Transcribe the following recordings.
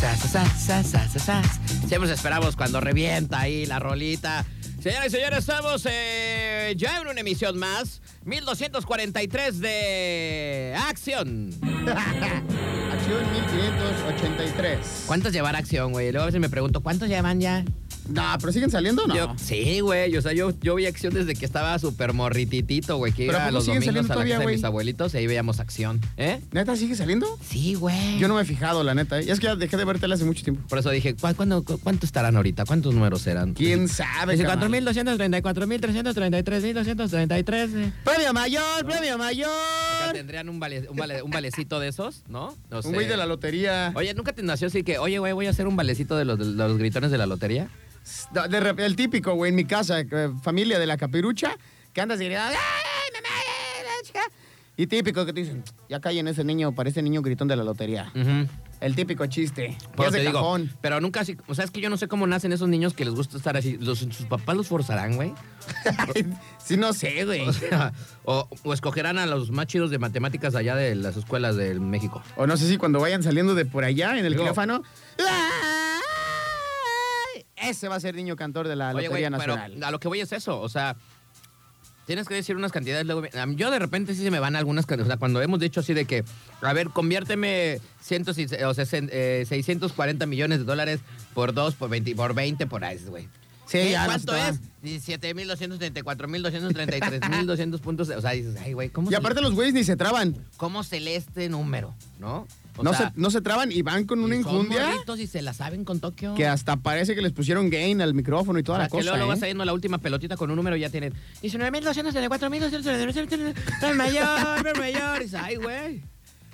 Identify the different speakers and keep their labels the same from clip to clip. Speaker 1: Sas, sas, sas, sas, sas. Siempre esperamos cuando revienta ahí la rolita. Señoras y señores, estamos eh, ya en una emisión más. 1243 de acción.
Speaker 2: Acción 1583.
Speaker 1: ¿Cuántos llevará acción, güey? Luego a veces me pregunto, ¿cuántos llevan ya?
Speaker 2: No, pero siguen saliendo, o ¿no?
Speaker 1: Yo- sí, güey. O sea, yo, yo vi acción desde que estaba súper morrititito, güey. Que
Speaker 2: ¿Pero a
Speaker 1: iba
Speaker 2: poco
Speaker 1: los
Speaker 2: siguen
Speaker 1: domingos a la
Speaker 2: saliendo todavía,
Speaker 1: casa de
Speaker 2: güey?
Speaker 1: mis abuelitos y ahí veíamos acción. ¿Eh?
Speaker 2: ¿Neta sigue saliendo?
Speaker 1: Sí, güey.
Speaker 2: Yo no me he fijado, la neta. ¿eh? Y es que ya dejé de ver tele hace mucho tiempo.
Speaker 1: Por eso dije, ¿cu- cuándo- cu- ¿cuántos estarán ahorita? ¿Cuántos números serán?
Speaker 2: ¿Quién sabe? carnal?
Speaker 1: 14.234.333.233.
Speaker 2: Premio mayor, premio
Speaker 1: Acá
Speaker 2: mayor.
Speaker 1: tendrían un, vale- un, vale- un valecito de esos, ¿no? No sé.
Speaker 2: Un güey de la lotería.
Speaker 1: Oye, ¿nunca te nació así que, oye, güey, voy a hacer un valecito de los, de los gritones de la lotería?
Speaker 2: No, de rep- el típico, güey, en mi casa, eh, familia de la capirucha, que andas gritando, ¡ay, mamá, ay, la chica! Y típico que te dicen, ya callen ese niño, parece niño gritón de la lotería.
Speaker 1: Ujú.
Speaker 2: El típico chiste.
Speaker 1: Pero
Speaker 2: es
Speaker 1: te
Speaker 2: de
Speaker 1: digo,
Speaker 2: cajón.
Speaker 1: pero nunca así, o sea, es que yo no sé cómo nacen esos niños que les gusta estar así. Los- ¿Sus papás los forzarán, güey?
Speaker 2: sí, no sé, güey.
Speaker 1: O sea, o, o escogerán a los más chidos de matemáticas allá de las escuelas de México.
Speaker 2: O no sé si cuando vayan saliendo de por allá en el
Speaker 1: Digo-
Speaker 2: quirófano. ¡ay! Ese va a ser niño cantor de la
Speaker 1: Oye, güey,
Speaker 2: Lotería
Speaker 1: pero
Speaker 2: Nacional.
Speaker 1: a lo que voy es eso, o sea, tienes que decir unas cantidades. luego me- a mí- yo de repente sí se me van algunas cantidades. O sea, cuando hemos dicho así de que, a ver, conviérteme 100, o sea, sen- eh, 640 millones de dólares por 2, por 20, por 20, por ahí, güey.
Speaker 2: Sí,
Speaker 1: ¿Eh?
Speaker 2: ya no
Speaker 1: ¿Cuánto
Speaker 2: está.
Speaker 1: es? 17.234.233.200 puntos. O sea, dices, ay, güey, ¿cómo,
Speaker 2: Y
Speaker 1: se-
Speaker 2: aparte los güeyes ni se traban.
Speaker 1: ¿cómo se lee este número? ¿No? O
Speaker 2: No,
Speaker 1: sea,
Speaker 2: se, no se traban y van con una
Speaker 1: y son
Speaker 2: injundia
Speaker 1: morritos y se la saben con Tokio.
Speaker 2: que hasta parece que les pusieron gain al micrófono y toda
Speaker 1: Para
Speaker 2: la cosa.
Speaker 1: que luego lo
Speaker 2: ¿eh?
Speaker 1: vas saliendo la última pelotita con un número y ya tienen 19.234.200. Premio mayor, premio mayor. Y dices, Ay, güey.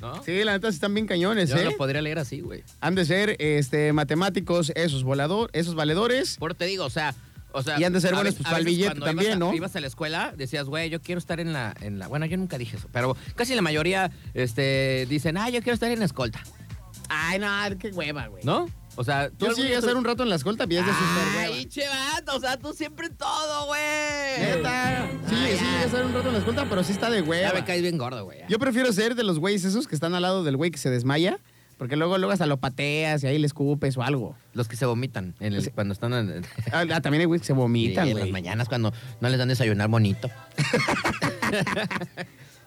Speaker 1: ¿No?
Speaker 2: Sí, la neta sí están bien cañones,
Speaker 1: Yo no
Speaker 2: ¿eh?
Speaker 1: lo podría leer así, güey.
Speaker 2: Han de ser este, matemáticos, esos volador, esos valedores.
Speaker 1: Por te digo, o sea. O sea,
Speaker 2: Y han de ser
Speaker 1: a
Speaker 2: buenos,
Speaker 1: ve-
Speaker 2: pues,
Speaker 1: a
Speaker 2: para el
Speaker 1: veces
Speaker 2: billete
Speaker 1: cuando
Speaker 2: también,
Speaker 1: ibas a-
Speaker 2: ¿no?
Speaker 1: Ibas a la escuela, decías, güey, yo quiero estar en la, en la. Bueno, yo nunca dije eso, pero casi la mayoría este, dicen, ah, yo quiero estar en la escolta,
Speaker 2: Ay, no, qué hueva, güey.
Speaker 1: ¿no? O sea,
Speaker 2: Yo sí llegué a estar un rato en la escolta, y es de súper hueva.
Speaker 1: Ay, che, vato, o sea, tú siempre todo, güey.
Speaker 2: Neta. Sí,
Speaker 1: Ay, ay.
Speaker 2: sí llegué a estar un rato en la escolta, pero sí está de
Speaker 1: Ya
Speaker 2: hueva.
Speaker 1: me caes bien gordo, güey.
Speaker 2: Yo prefiero ser de los güeyes esos que están al lado del güey que se desmaya, porque luego, luego hasta lo pateas y ahí le escupes o algo.
Speaker 1: Los que se vomitan en el- cuando están en,
Speaker 2: Ah, ah, también hay güeyes que se vomitan,
Speaker 1: Sí, en las
Speaker 2: güey.
Speaker 1: mañanas cuando no les dan desayunar bonito.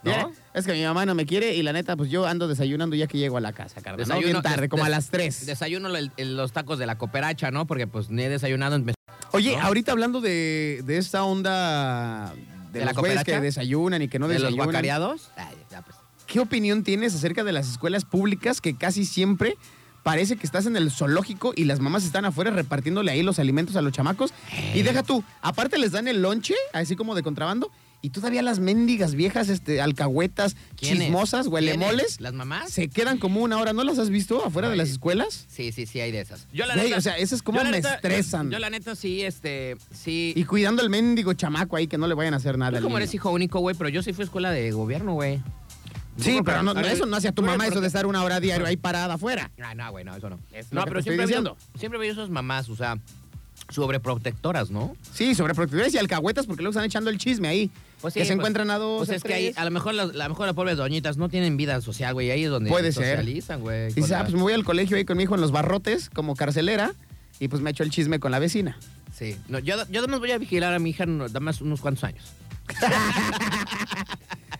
Speaker 1: ¿No?
Speaker 2: Ya, Es que mi mamá no me quiere y la neta, pues yo ando desayunando ya que llego a la casa, carnal. ¿no? Bien tarde,
Speaker 1: des-
Speaker 2: como a
Speaker 1: des-
Speaker 2: las 3.
Speaker 1: Desayuno el- el- los tacos de la cooperacha, ¿no? Porque pues ni he desayunado. en-
Speaker 2: Oye,
Speaker 1: ¿no?
Speaker 2: ahorita hablando de, de esta onda de,
Speaker 1: ¿De la
Speaker 2: los güeyes que
Speaker 1: cooperacha?
Speaker 2: desayunan y que no
Speaker 1: ¿De los
Speaker 2: desayunan.
Speaker 1: guacareados? Ay, ya, pues.
Speaker 2: ¿Qué opinión tienes acerca de las escuelas públicas que casi siempre parece que estás en el zoológico y las mamás están afuera repartiéndole ahí los alimentos a los chamacos?
Speaker 1: Eh.
Speaker 2: Y deja tú, aparte les dan el lonche, así como de contrabando, y todavía las mendigas viejas, este, alcahuetas,
Speaker 1: ¿Quiénes?
Speaker 2: chismosas, huelemoles,
Speaker 1: ¿Quiénes? ¿Las mamás?
Speaker 2: se quedan como una hora. ¿No las has visto afuera de
Speaker 1: Ay.
Speaker 2: las escuelas?
Speaker 1: Sí, sí, sí, hay de esas. Yo
Speaker 2: Güey, o sea, esas como
Speaker 1: yo la
Speaker 2: me
Speaker 1: neta-
Speaker 2: estresan.
Speaker 1: Yo, la neta sí, este, sí.
Speaker 2: Y cuidando al mendigo chamaco ahí que no le vayan a hacer nada.
Speaker 1: Tú
Speaker 2: al
Speaker 1: como
Speaker 2: niño.
Speaker 1: eres hijo único, güey, pero yo sí fui a escuela de gobierno, güey.
Speaker 2: Sí,
Speaker 1: Yo creo
Speaker 2: pero
Speaker 1: que-
Speaker 2: no,
Speaker 1: a
Speaker 2: no,
Speaker 1: ver,
Speaker 2: eso no hacía tu
Speaker 1: no,
Speaker 2: mamá,
Speaker 1: porque-
Speaker 2: eso de estar una hora diario ahí parada afuera.
Speaker 1: Ah, no, güey, no, eso no.
Speaker 2: Es
Speaker 1: no,
Speaker 2: lo que
Speaker 1: pero
Speaker 2: te estoy
Speaker 1: siempre veo,
Speaker 2: diciendo.
Speaker 1: siempre veo esas mamás, o sea, sobreprotectoras, ¿no?
Speaker 2: Sí, sobre protectores y alcahuetas porque luego están echando el chisme ahí.
Speaker 1: Pues sí,
Speaker 2: que se
Speaker 1: pues-
Speaker 2: encuentran a dos.
Speaker 1: Pues
Speaker 2: a
Speaker 1: es que ahí,
Speaker 2: tres.
Speaker 1: a lo mejor las, a lo mejor las pobres doñitas no tienen vida social, güey. Ahí es donde
Speaker 2: Puede ser.
Speaker 1: socializan, güey.
Speaker 2: Dices,
Speaker 1: con
Speaker 2: ah,
Speaker 1: la-
Speaker 2: pues me voy al colegio ahí con mi hijo en los barrotes como carcelera y pues me echo el chisme con la vecina.
Speaker 1: Sí. No, yo, yo además voy a vigilar a mi hija no- nada más unos cuantos años.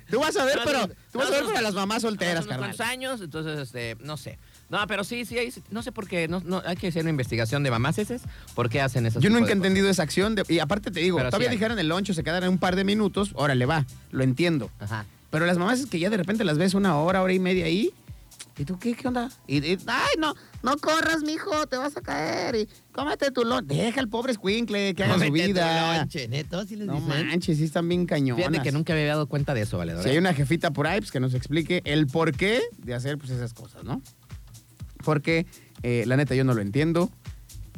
Speaker 2: Tú vas a ver,
Speaker 1: Nada más
Speaker 2: pero
Speaker 1: unos-
Speaker 2: tú vas a
Speaker 1: nada
Speaker 2: ver
Speaker 1: más
Speaker 2: para
Speaker 1: unos-
Speaker 2: las mamás
Speaker 1: Nada
Speaker 2: solteras,
Speaker 1: más
Speaker 2: carnal.
Speaker 1: unos cuantos años, entonces, este, no sé. No, pero sí, sí, ahí sí- no sé por qué. No, no, hay que hacer una investigación de mamás esas. ¿Por qué hacen esas
Speaker 2: Yo nunca he entendido esa acción. de- y aparte te digo,
Speaker 1: Pero sí
Speaker 2: todavía
Speaker 1: hay.
Speaker 2: dijeron el loncho, se quedan en un par de minutos, órale, va, lo entiendo.
Speaker 1: Ajá.
Speaker 2: Pero las mamás es que ya de repente las ves una hora, hora y media ahí. ¿Y tú qué, qué onda? Y, y, ay, no, no corras, mijo, te vas a caer. Y cómete tu lonche. Deja al pobre squinkle que haga su
Speaker 1: Cómete tu
Speaker 2: vida.
Speaker 1: lonche, neto, sí les
Speaker 2: No
Speaker 1: dicen.
Speaker 2: manches, sí están bien cañonas.
Speaker 1: Fíjate que nunca me había dado cuenta de eso, valedora.
Speaker 2: Si hay una jefita por ahí, pues que nos explique el porqué de hacer pues esas cosas, ¿no? Porque, eh, la neta, yo no lo entiendo.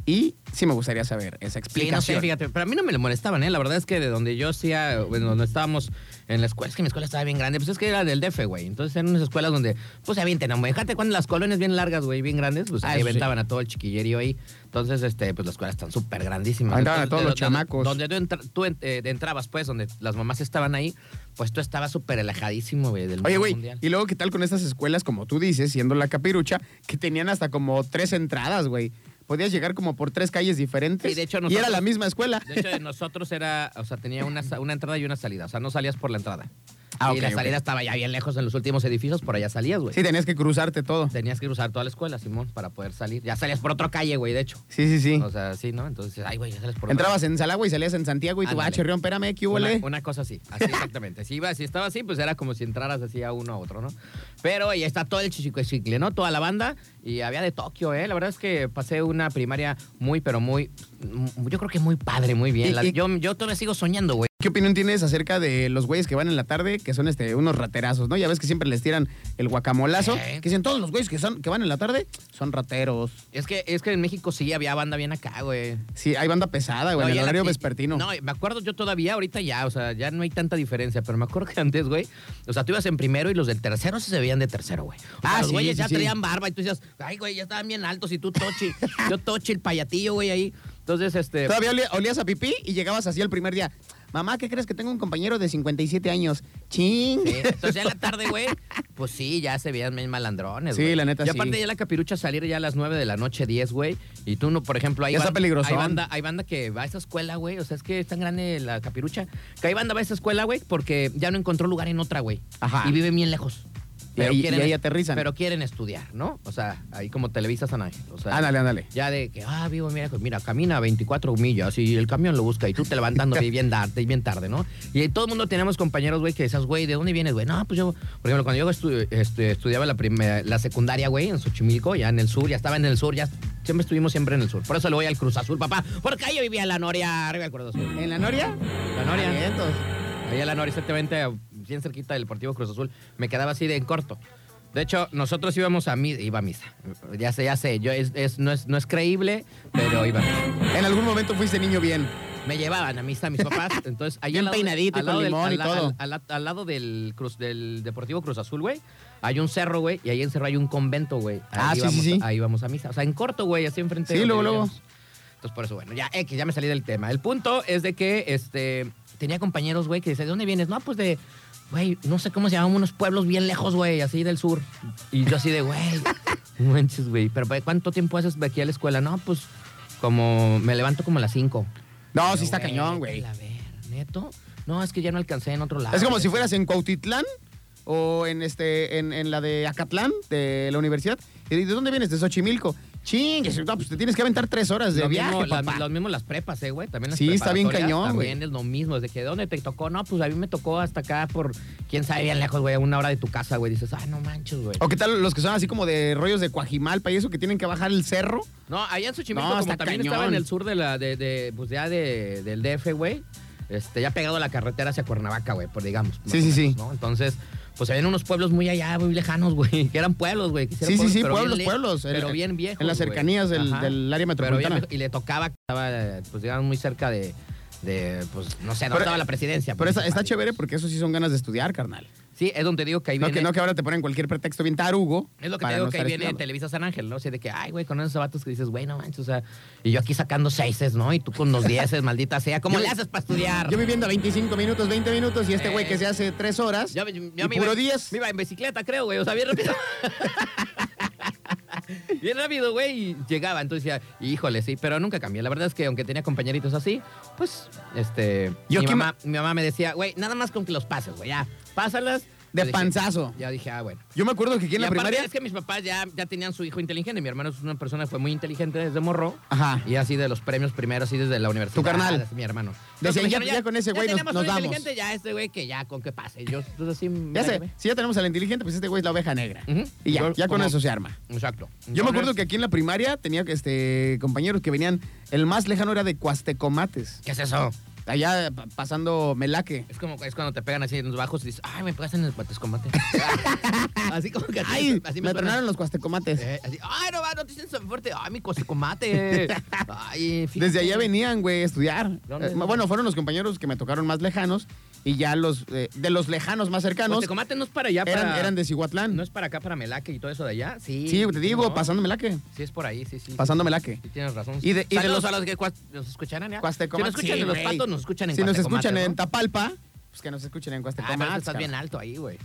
Speaker 2: Y Sí me gustaría saber esa
Speaker 1: Sí, no sé,
Speaker 2: explicación.
Speaker 1: fíjate, pero a mí no me le molestaban, ¿eh? La verdad es que de donde yo hacía, bueno, donde estábamos en la escuela, es que mi escuela estaba bien grande, pues es que era del DF, güey. Entonces eran unas escuelas donde, pues se avientan, güey. Déjate cuando las colonias bien largas, güey, bien grandes, pues
Speaker 2: Ah,
Speaker 1: ahí
Speaker 2: eso sí.
Speaker 1: aventaban a todo el chiquillerío ahí. Entonces, este, pues las escuelas están súper grandísimas.
Speaker 2: Aventaban a
Speaker 1: Entonces,
Speaker 2: todos
Speaker 1: de
Speaker 2: los
Speaker 1: donde-
Speaker 2: chamacos.
Speaker 1: Donde tú, entra- tú en- eh, entrabas, pues, donde las mamás estaban ahí, pues tú estabas súper alejadísimo, güey, del
Speaker 2: Oye,
Speaker 1: mundo
Speaker 2: güey,
Speaker 1: mundial.
Speaker 2: y luego, ¿qué tal con estas escuelas, como tú dices, siendo la capirucha, que tenían hasta como tres entradas, güey? Podías llegar como por tres calles diferentes.
Speaker 1: Sí, de hecho,
Speaker 2: y era
Speaker 1: nosotros-
Speaker 2: la misma escuela.
Speaker 1: De hecho, de nosotros era, o sea, tenía una, sa- una entrada y una salida. O sea, no salías por la entrada.
Speaker 2: Ah,
Speaker 1: y
Speaker 2: ok,
Speaker 1: la
Speaker 2: ok.
Speaker 1: salida estaba ya bien lejos en los últimos edificios, por allá salías, güey.
Speaker 2: Sí, tenías que cruzarte todo.
Speaker 1: Tenías que cruzar toda la escuela, Simón, para poder salir. Ya salías por otra calle, güey, de hecho.
Speaker 2: Sí, sí, sí.
Speaker 1: O sea, sí, ¿no? Entonces, ay, güey, ya sales por otra
Speaker 2: Entrabas en Salagua y salías en Santiago y tú,
Speaker 1: Ándale.
Speaker 2: ah, Chirrión, espérame, ¿qué hubo,
Speaker 1: una,
Speaker 2: le?".
Speaker 1: una cosa así, así exactamente. Si, iba, si estaba así, pues era como si entraras así a uno a otro, ¿no? Pero ahí está todo el chichicuecicle, ¿no? Toda la banda y había de Tokio, ¿eh? La verdad es que pasé una primaria muy, pero muy, mm, yo creo que muy padre, muy bien.
Speaker 2: Y-
Speaker 1: La-
Speaker 2: y-
Speaker 1: yo, yo todavía sigo soñando, güey.
Speaker 2: ¿Qué opinión tienes acerca de los güeyes que van en la tarde, que son este, unos raterazos, ¿no? Ya ves que siempre les tiran el guacamolazo.
Speaker 1: Sí.
Speaker 2: Que dicen, todos los güeyes que, son, que van en la tarde son rateros.
Speaker 1: Es que, es que en México sí había banda bien acá, güey.
Speaker 2: Sí, hay banda pesada, güey,
Speaker 1: No,
Speaker 2: Ah, en
Speaker 1: ya
Speaker 2: el
Speaker 1: la-
Speaker 2: horario
Speaker 1: y-
Speaker 2: vespertino.
Speaker 1: No, me acuerdo yo todavía, ahorita ya, o sea, ya no hay tanta diferencia, pero me acuerdo que antes, güey, o sea, tú ibas en primero y los del tercero sí se veían de tercero, güey. O sea,
Speaker 2: Ah,
Speaker 1: los
Speaker 2: sí,
Speaker 1: güeyes
Speaker 2: sí,
Speaker 1: ya
Speaker 2: sí.
Speaker 1: tenían barba y tú decías, ay, güey, ya estaban bien altos y tú tochi, yo tochi el payatillo, güey, ahí. Entonces, este...
Speaker 2: Todavía olía- olías a pipí y llegabas así el primer día. Mamá, ¿qué crees que tengo un compañero de 57 años? Ching.
Speaker 1: sí, Entonces ya en la tarde, güey, pues sí, ya se veían bien malandrones,
Speaker 2: Sí,
Speaker 1: güey.
Speaker 2: la neta,
Speaker 1: Y aparte
Speaker 2: sí.
Speaker 1: ya la capirucha salir ya a las 9 de la noche, 10, güey, y tú no, por ejemplo, hay,
Speaker 2: Ya está
Speaker 1: ban-
Speaker 2: peligrosón.
Speaker 1: hay banda, hay banda que va a esa escuela, güey, o sea, es que es tan grande la capirucha, que hay banda va a esa escuela, güey, porque ya no encontró lugar en otra, güey.
Speaker 2: Ajá.
Speaker 1: Y vive bien lejos.
Speaker 2: Y ahí- y ahí aterrizan.
Speaker 1: Pero quieren estudiar, ¿no? O sea, ahí como Televisa San Ángel. O sea,
Speaker 2: Ándale, ándale.
Speaker 1: ya de que, ah, vivo, mira, pues, mira, camina 24 millas y el camión lo busca y tú te levantando y bien tarde, y bien tarde, ¿no? Y todo el mundo tenemos compañeros, güey, que decías, güey, ¿de dónde vienes, güey? No, pues yo, por ejemplo, cuando yo estu- este, estudiaba la, primera, la secundaria, güey, en Xochimilco, ya en el sur, ya estaba en el sur, ya siempre estuvimos siempre en el sur. Por eso le voy al Cruz Azul, papá, porque ahí yo vivía en la Noria, arriba del Cruz Azul. ¿eh?
Speaker 2: ¿En la Noria?
Speaker 1: La Noria.
Speaker 2: Vientos.
Speaker 1: Ahí a la Nor, exactamente, a- bien cerquita del Deportivo Cruz Azul, me quedaba así de en corto. De hecho, nosotros íbamos a misa, iba a misa. Ya sé, ya sé, yo es, es- no, es, no es creíble, pero iba a misa.
Speaker 2: En algún momento fuiste niño bien.
Speaker 1: Me llevaban a misa mis papás, entonces... Ahí
Speaker 2: Bien
Speaker 1: al lado de-
Speaker 2: peinadito y
Speaker 1: al
Speaker 2: con
Speaker 1: lado del-
Speaker 2: limón y
Speaker 1: al la-
Speaker 2: todo.
Speaker 1: Al, al la- al lado del, cruz, del Deportivo Cruz Azul, güey, hay un cerro, güey, y ahí en cerro hay un convento, güey. Ahí
Speaker 2: Ah, sí, sí,
Speaker 1: íbamos-
Speaker 2: sí.
Speaker 1: Ahí íbamos a misa, o sea, en corto, güey, así enfrente.
Speaker 2: Sí,
Speaker 1: donde
Speaker 2: luego, luego.
Speaker 1: vivíamos. Entonces, por eso, bueno, ya, X, ya me salí del tema. El punto es de que, este, tenía compañeros, güey, que decían, ¿de dónde vienes? No, pues de, güey, no sé cómo se llaman unos pueblos bien lejos, güey, así del sur. Y yo así de, güey, no manches, güey, pero güey, ¿cuánto tiempo haces de aquí a la escuela? No, pues, como, me levanto como a las 5.
Speaker 2: No, sí está cañón, güey.
Speaker 1: A ver, neto. No, es que ya no alcancé en otro lado.
Speaker 2: Es como
Speaker 1: güey.
Speaker 2: si fueras en Cuautitlán o en este en, en la de Acatlán, de la universidad. Y ¿De dónde vienes? De Xochimilco. Ching, no, pues te tienes que aventar tres horas de
Speaker 1: Lo
Speaker 2: viaje,
Speaker 1: mismo, la-
Speaker 2: papá.
Speaker 1: lo mismo las prepas, eh, güey. También las
Speaker 2: Sí, está bien
Speaker 1: preparatorias
Speaker 2: cañón, güey.
Speaker 1: También es lo mismo. Desde que ¿dónde te tocó? No, pues a mí me tocó hasta acá por, quién sabe, bien lejos, güey. A una hora de tu casa, güey. Dices, ah, no manches, güey.
Speaker 2: ¿O qué tal los que son así como de rollos de Coajimalpa y eso que tienen que bajar el cerro?
Speaker 1: No, allá en Xochimilco,
Speaker 2: No,
Speaker 1: como
Speaker 2: está
Speaker 1: también
Speaker 2: cañón.
Speaker 1: estaba en el sur de la, de, de, pues ya de, del DF, güey. Este, ya pegado a la carretera hacia Cuernavaca, güey, por digamos. más
Speaker 2: Sí, sí,
Speaker 1: o menos,
Speaker 2: sí.
Speaker 1: ¿no? Entonces, pues habían unos pueblos muy allá, muy lejanos, güey. Que eran pueblos, güey. que
Speaker 2: Sí, sí, sí,
Speaker 1: pero bien
Speaker 2: pueblos,
Speaker 1: le-
Speaker 2: pueblos. en-
Speaker 1: Pero bien viejos.
Speaker 2: En las
Speaker 1: güey.
Speaker 2: cercanías del,
Speaker 1: Ajá.
Speaker 2: del
Speaker 1: Pero
Speaker 2: área
Speaker 1: bien
Speaker 2: metropolitana.
Speaker 1: viejo, y le tocaba, que estaba, eh, pues digamos, muy cerca de, de, pues, no sé, no
Speaker 2: Pero- eh,
Speaker 1: estaba la presidencia.
Speaker 2: Pero
Speaker 1: pues,
Speaker 2: está, está
Speaker 1: fácil.
Speaker 2: chévere porque eso sí son ganas de estudiar, carnal.
Speaker 1: Sí, es donde digo que ahí
Speaker 2: No
Speaker 1: viene.
Speaker 2: que, no que ahora te ponen cualquier pretexto bien tarugo.
Speaker 1: Es lo que te
Speaker 2: para
Speaker 1: digo
Speaker 2: no
Speaker 1: que ahí
Speaker 2: estar
Speaker 1: viene
Speaker 2: estudiando.
Speaker 1: Televisa San Ángel, ¿no? O sea, de que, ay, güey, con esos zapatos que dices, güey, no manches, o sea, y yo aquí sacando seises, ¿no? Y tú con los dieces, maldita sea, ¿cómo
Speaker 2: Yo-
Speaker 1: le haces para estudiar?
Speaker 2: Yo viviendo 25 minutos, 20 minutos y este
Speaker 1: Eh.
Speaker 2: güey que se hace 3 horas.
Speaker 1: Yo- yo
Speaker 2: y
Speaker 1: me
Speaker 2: puro
Speaker 1: iba,
Speaker 2: 10.
Speaker 1: Me iba en bicicleta, creo, güey, o sea, bien rápido. bien rápido, güey, y llegaba, entonces decía, híjole, sí, pero nunca cambié. La verdad es que aunque tenía compañeritos así, pues, este,
Speaker 2: Yo
Speaker 1: mi,
Speaker 2: que
Speaker 1: mamá, mi mamá me decía, güey, nada más con que los pases, güey, ya, pásalas.
Speaker 2: De
Speaker 1: Yo dije-
Speaker 2: panzazo.
Speaker 1: Ya dije, ah, bueno.
Speaker 2: Yo me acuerdo que aquí
Speaker 1: y
Speaker 2: en la
Speaker 1: aparte
Speaker 2: primaria.
Speaker 1: es que mis papás ya, ya tenían su hijo inteligente. Mi hermano es una persona que fue muy inteligente desde morro.
Speaker 2: Ajá.
Speaker 1: Y así de los premios primero, así desde la universidad.
Speaker 2: Tu carnal.
Speaker 1: Mi hermano.
Speaker 2: Decían,
Speaker 1: Entonces me
Speaker 2: ya- ya con ese güey nos-
Speaker 1: tenemos
Speaker 2: nos
Speaker 1: un
Speaker 2: damos.
Speaker 1: inteligente, ya este güey que ya con que pase. Yo, entonces así...
Speaker 2: Ya
Speaker 1: me
Speaker 2: sé,
Speaker 1: animé.
Speaker 2: si ya tenemos al inteligente, pues este güey es la oveja negra.
Speaker 1: Ujú.
Speaker 2: Y ya,
Speaker 1: Yo
Speaker 2: ya con
Speaker 1: como-
Speaker 2: eso se arma.
Speaker 1: Exacto.
Speaker 2: Yo me acuerdo
Speaker 1: Entonces,
Speaker 2: que aquí en la primaria tenía este, compañeros que venían. El más lejano era de Cuastecomates.
Speaker 1: ¿Qué es eso?
Speaker 2: Allá pa- pasando melaque.
Speaker 1: Es como es cuando te pegan así en los bajos y dices, ay, me pegaste en el patescomate. así como que así,
Speaker 2: ¡Ay!
Speaker 1: así
Speaker 2: me
Speaker 1: suena.
Speaker 2: tronaron los cuastecomates.
Speaker 1: Eh, así, ay, no va, no te sientes tan fuerte. Ay, mi cosecomate. Ay, fíjate.
Speaker 2: Desde allá venían, güey, a estudiar.
Speaker 1: ¿Dónde?
Speaker 2: Eh, bueno, fueron los compañeros que me tocaron más lejanos y ya los eh, de los lejanos más cercanos
Speaker 1: Cosecomate no es para allá,
Speaker 2: eran,
Speaker 1: para-
Speaker 2: eran de Cihuatlán.
Speaker 1: No es para acá, para Melaque y todo eso de allá. Sí.
Speaker 2: sí, te digo,
Speaker 1: ¿no?
Speaker 2: pasando melaque.
Speaker 1: Sí, es por ahí, sí, sí.
Speaker 2: Pasando melaque.
Speaker 1: Sí, tienes razón.
Speaker 2: Y de- y de
Speaker 1: Saludos
Speaker 2: los-
Speaker 1: a los que cuas- nos escucharán, ¿ya? Si
Speaker 2: Cuastecomat-
Speaker 1: nos escuchan
Speaker 2: sí,
Speaker 1: en los
Speaker 2: güey.
Speaker 1: patos, nos escuchan en
Speaker 2: Si nos
Speaker 1: Cuastecomat,
Speaker 2: escuchan en
Speaker 1: ¿no?
Speaker 2: Tapalpa, pues que nos escuchen en
Speaker 1: Ah, pero
Speaker 2: Cuastecomat.
Speaker 1: tú estás
Speaker 2: cabrón.
Speaker 1: bien alto ahí, güey.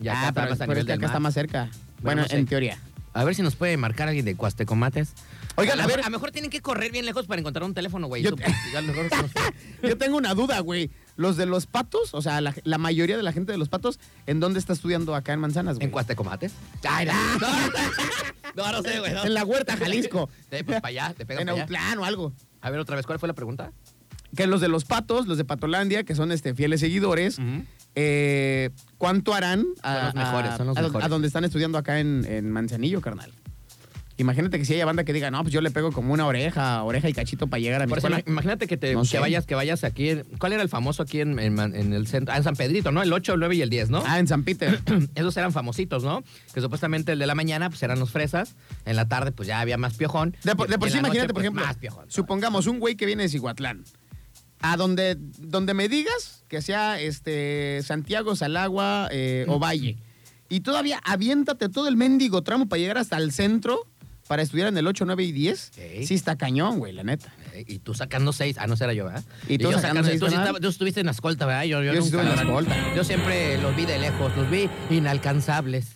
Speaker 2: Ya,
Speaker 1: Ya
Speaker 2: Ah, pero,
Speaker 1: acá
Speaker 2: pero es que acá está más cerca. Bueno,
Speaker 1: no sé.
Speaker 2: en teoría.
Speaker 1: A ver si nos puede marcar alguien de Cuastecomates.
Speaker 2: Oigan, a
Speaker 1: lo-
Speaker 2: ver.
Speaker 1: A lo mejor tienen que correr bien lejos para encontrar un teléfono, güey.
Speaker 2: Yo-
Speaker 1: Tú, pues, ya a lo mejor no sé.
Speaker 2: Yo tengo una duda, güey. Los de los patos, o sea, la, la mayoría de la gente de los patos, ¿en dónde está estudiando acá en Manzanas, güey?
Speaker 1: ¿En Cuastecomates? Ay, no. No, no, no sé, güey. no.
Speaker 2: En la huerta, Jalisco.
Speaker 1: Sí, pues para allá, te pegan
Speaker 2: en
Speaker 1: para allá.
Speaker 2: Autlán o algo.
Speaker 1: A ver, otra vez, ¿cuál fue la pregunta?
Speaker 2: Que los de los patos, los de Patolandia, que son este, fieles seguidores, eh, ¿cuánto harán a,
Speaker 1: Son los mejores,
Speaker 2: a-
Speaker 1: son los
Speaker 2: a-
Speaker 1: mejores.
Speaker 2: a donde están estudiando acá en, en Manzanillo, carnal? Imagínate que si haya banda que diga, no, pues yo le pego como una oreja, oreja y cachito para llegar a mi
Speaker 1: Por eso,
Speaker 2: escuela.
Speaker 1: ima- imagínate que, te,
Speaker 2: No
Speaker 1: que
Speaker 2: sé.
Speaker 1: vayas, que vayas aquí. en- ¿Cuál era el famoso aquí en, en Man- en el centro? Ah, en San Pedrito, ¿no? El 8, el 9 y el 10, ¿no?
Speaker 2: Ah, en San Peter.
Speaker 1: Esos eran famositos, ¿no? Que supuestamente el de la mañana pues eran los fresas, en la tarde pues ya había más piojón.
Speaker 2: De por, de por
Speaker 1: Y en
Speaker 2: sí,
Speaker 1: la noche,
Speaker 2: imagínate, por
Speaker 1: pues,
Speaker 2: ejemplo,
Speaker 1: Más piojón.
Speaker 2: supongamos un güey que viene de Cihuatlán. A donde, donde me digas que sea este Santiago, Salagua eh, o Valle. Y todavía aviéntate todo el mendigo tramo para llegar hasta el centro para estudiar en el 8, 9 y 10.
Speaker 1: Sí.
Speaker 2: Sí está cañón, güey, la neta.
Speaker 1: Eh, Y tú sacando seis, ah, no será yo, ¿verdad?
Speaker 2: Y tú
Speaker 1: yo
Speaker 2: sacando seis,
Speaker 1: tú, sí
Speaker 2: carnal.
Speaker 1: estabas- tú estuviste en la escolta, ¿verdad? Yo, yo,
Speaker 2: Yo sí
Speaker 1: nunca,
Speaker 2: estuve en la
Speaker 1: ¿verdad?
Speaker 2: escolta.
Speaker 1: Yo siempre los vi de lejos, los vi inalcanzables.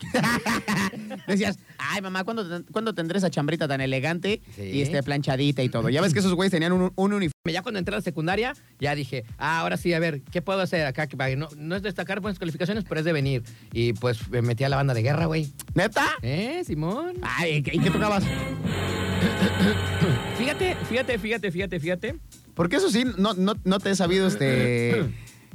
Speaker 2: Decías, ay, mamá, ¿cuándo, ten- cuándo tendré esa chambrita tan elegante
Speaker 1: Sí.
Speaker 2: y este planchadita y todo? Ya ves que esos güeyes tenían un, un uniforme.
Speaker 1: Ya cuando entré a la secundaria, ya dije, ah, ahora sí, a ver, ¿qué puedo hacer acá? Que para- No, no es destacar buenas calificaciones, pero es de venir. Y pues me metí a la banda de guerra, güey.
Speaker 2: ¿Neta?
Speaker 1: ¿Eh, Simón?
Speaker 2: Ay, ¿y qué- ¿y qué tocabas?
Speaker 1: Fíjate, fíjate, fíjate, fíjate, fíjate.
Speaker 2: Porque eso sí, no, no, no te he sabido este,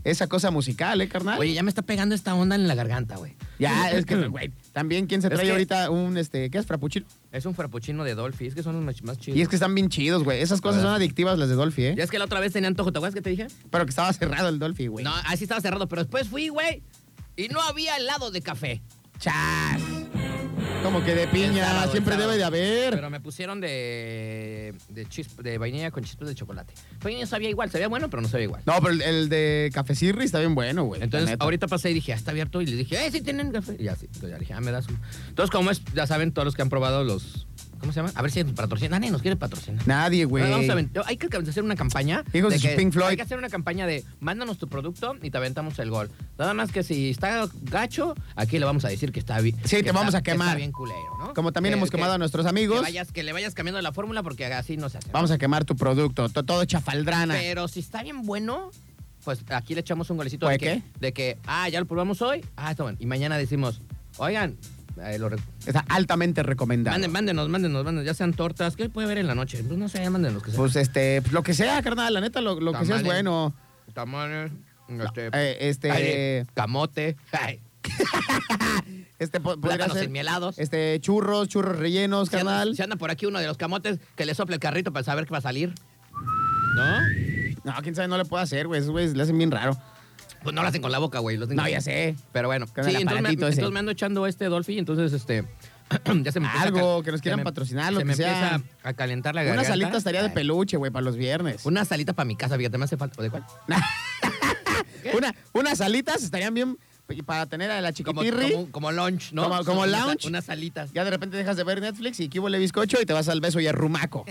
Speaker 2: esa cosa musical, ¿eh, carnal?
Speaker 1: Eh, Oye, ya me está pegando esta onda en la garganta, güey.
Speaker 2: ya, es que, güey, también quién se
Speaker 1: Es
Speaker 2: trae
Speaker 1: que-
Speaker 2: ahorita un, este, ¿qué es? Frappuccino.
Speaker 1: Es un frappuccino de Dolphy, es que son los más- más chidos.
Speaker 2: Y es que están bien chidos, güey. Esas cosas
Speaker 1: verdad,
Speaker 2: son
Speaker 1: sí.
Speaker 2: adictivas las de Dolphy, ¿eh?
Speaker 1: Ah. Ya es que la otra vez tenía antojo, ¿te acuerdas que te dije?
Speaker 2: Pero que estaba cerrado el Dolphy, güey.
Speaker 1: No, así estaba cerrado, pero después fui, güey, y no había helado de café.
Speaker 2: Chas. Como que de
Speaker 1: El
Speaker 2: piña,
Speaker 1: sábado, el
Speaker 2: siempre
Speaker 1: sábado.
Speaker 2: debe de haber.
Speaker 1: Pero me pusieron de de, chisp- de vainilla con chispas de chocolate. Pues no sabía igual, sabía bueno, pero no sabía igual.
Speaker 2: No, pero el, el de Cafecirri está bien bueno, güey. la
Speaker 1: Entonces,
Speaker 2: neta.
Speaker 1: ahorita pasé y dije, ah, está abierto. Y le dije, eh, sí tienen café. Y así, entonces ya dije, ah, me das uno. Entonces, como es, ya saben todos los que han probado los. ¿Cómo se llama? A ver si nos patrocina. Nadie nos quiere patrocinar.
Speaker 2: Nadie, güey.
Speaker 1: Bueno, vamos a aventar- hay que hacer una campaña.
Speaker 2: Hijos de su
Speaker 1: que-
Speaker 2: Pink Floyd.
Speaker 1: Hay que hacer una campaña de mándanos tu producto y te aventamos el gol. Nada más que si está gacho, aquí le vamos a decir que está bien.
Speaker 2: Sí, te vamos a quemar.
Speaker 1: Está bien culero, ¿no?
Speaker 2: Como también
Speaker 1: Que-
Speaker 2: hemos
Speaker 1: que-
Speaker 2: quemado a nuestros
Speaker 1: que
Speaker 2: amigos,
Speaker 1: vayas- que le vayas cambiando la fórmula porque así no se hace.
Speaker 2: vamos a quemar tu producto. to- Todo chafaldrana.
Speaker 1: Pero si está bien bueno, pues aquí le echamos un golecito
Speaker 2: ¿Puede
Speaker 1: de que, de que, ah, ya lo probamos hoy, ah, está bueno. Y mañana decimos, oigan, eh, lo re-
Speaker 2: Está altamente recomendado.
Speaker 1: manden- mándenos, mándenos, mándenos, ya sean tortas, ¿qué puede haber en la noche? Pues no sé, mándenos que sea.
Speaker 2: Pues este, pues, lo que sea, carnal, la neta, lo, lo que sea es
Speaker 1: Tamales.
Speaker 2: bueno.
Speaker 1: Tamales, este,
Speaker 2: Eh, este,
Speaker 1: aire, camote, ay,
Speaker 2: este po- podría
Speaker 1: plátanos
Speaker 2: ser,
Speaker 1: enmielados.
Speaker 2: este, churros, churros rellenos,
Speaker 1: Si anda,
Speaker 2: carnal.
Speaker 1: si anda por aquí uno de los camotes, que le sople el carrito para saber qué va a salir. ¿No?
Speaker 2: No, quién sabe, no le puede hacer, güey. Esos güeyes le hacen bien raro.
Speaker 1: Pues no lo hacen con la boca, güey. lo hacen
Speaker 2: No,
Speaker 1: con-
Speaker 2: ya sé.
Speaker 1: Pero bueno,
Speaker 2: Con
Speaker 1: sí,
Speaker 2: el
Speaker 1: entonces me,
Speaker 2: aparatito ese.
Speaker 1: entonces me ando echando este Dolphy, entonces este. ya se me empieza a
Speaker 2: Algo,
Speaker 1: cal-
Speaker 2: que nos
Speaker 1: se
Speaker 2: quieran
Speaker 1: me-
Speaker 2: patrocinar, lo
Speaker 1: se
Speaker 2: que
Speaker 1: me
Speaker 2: sea.
Speaker 1: empieza a calentar la garganta.
Speaker 2: Una salita estaría de
Speaker 1: Ay,
Speaker 2: peluche, güey, para los viernes.
Speaker 1: Una salita para mi casa, fíjate, me hace falta. ¿De cuál?
Speaker 2: Una, unas salitas estarían bien p- para tener a la
Speaker 1: Como,
Speaker 2: chiquitirri.
Speaker 1: como- como lunch, ¿no?
Speaker 2: Como- como
Speaker 1: Una sa-
Speaker 2: lounge.
Speaker 1: Unas salitas.
Speaker 2: Ya de repente dejas de ver Netflix y quíbole bizcocho y te vas al beso y a rumaco.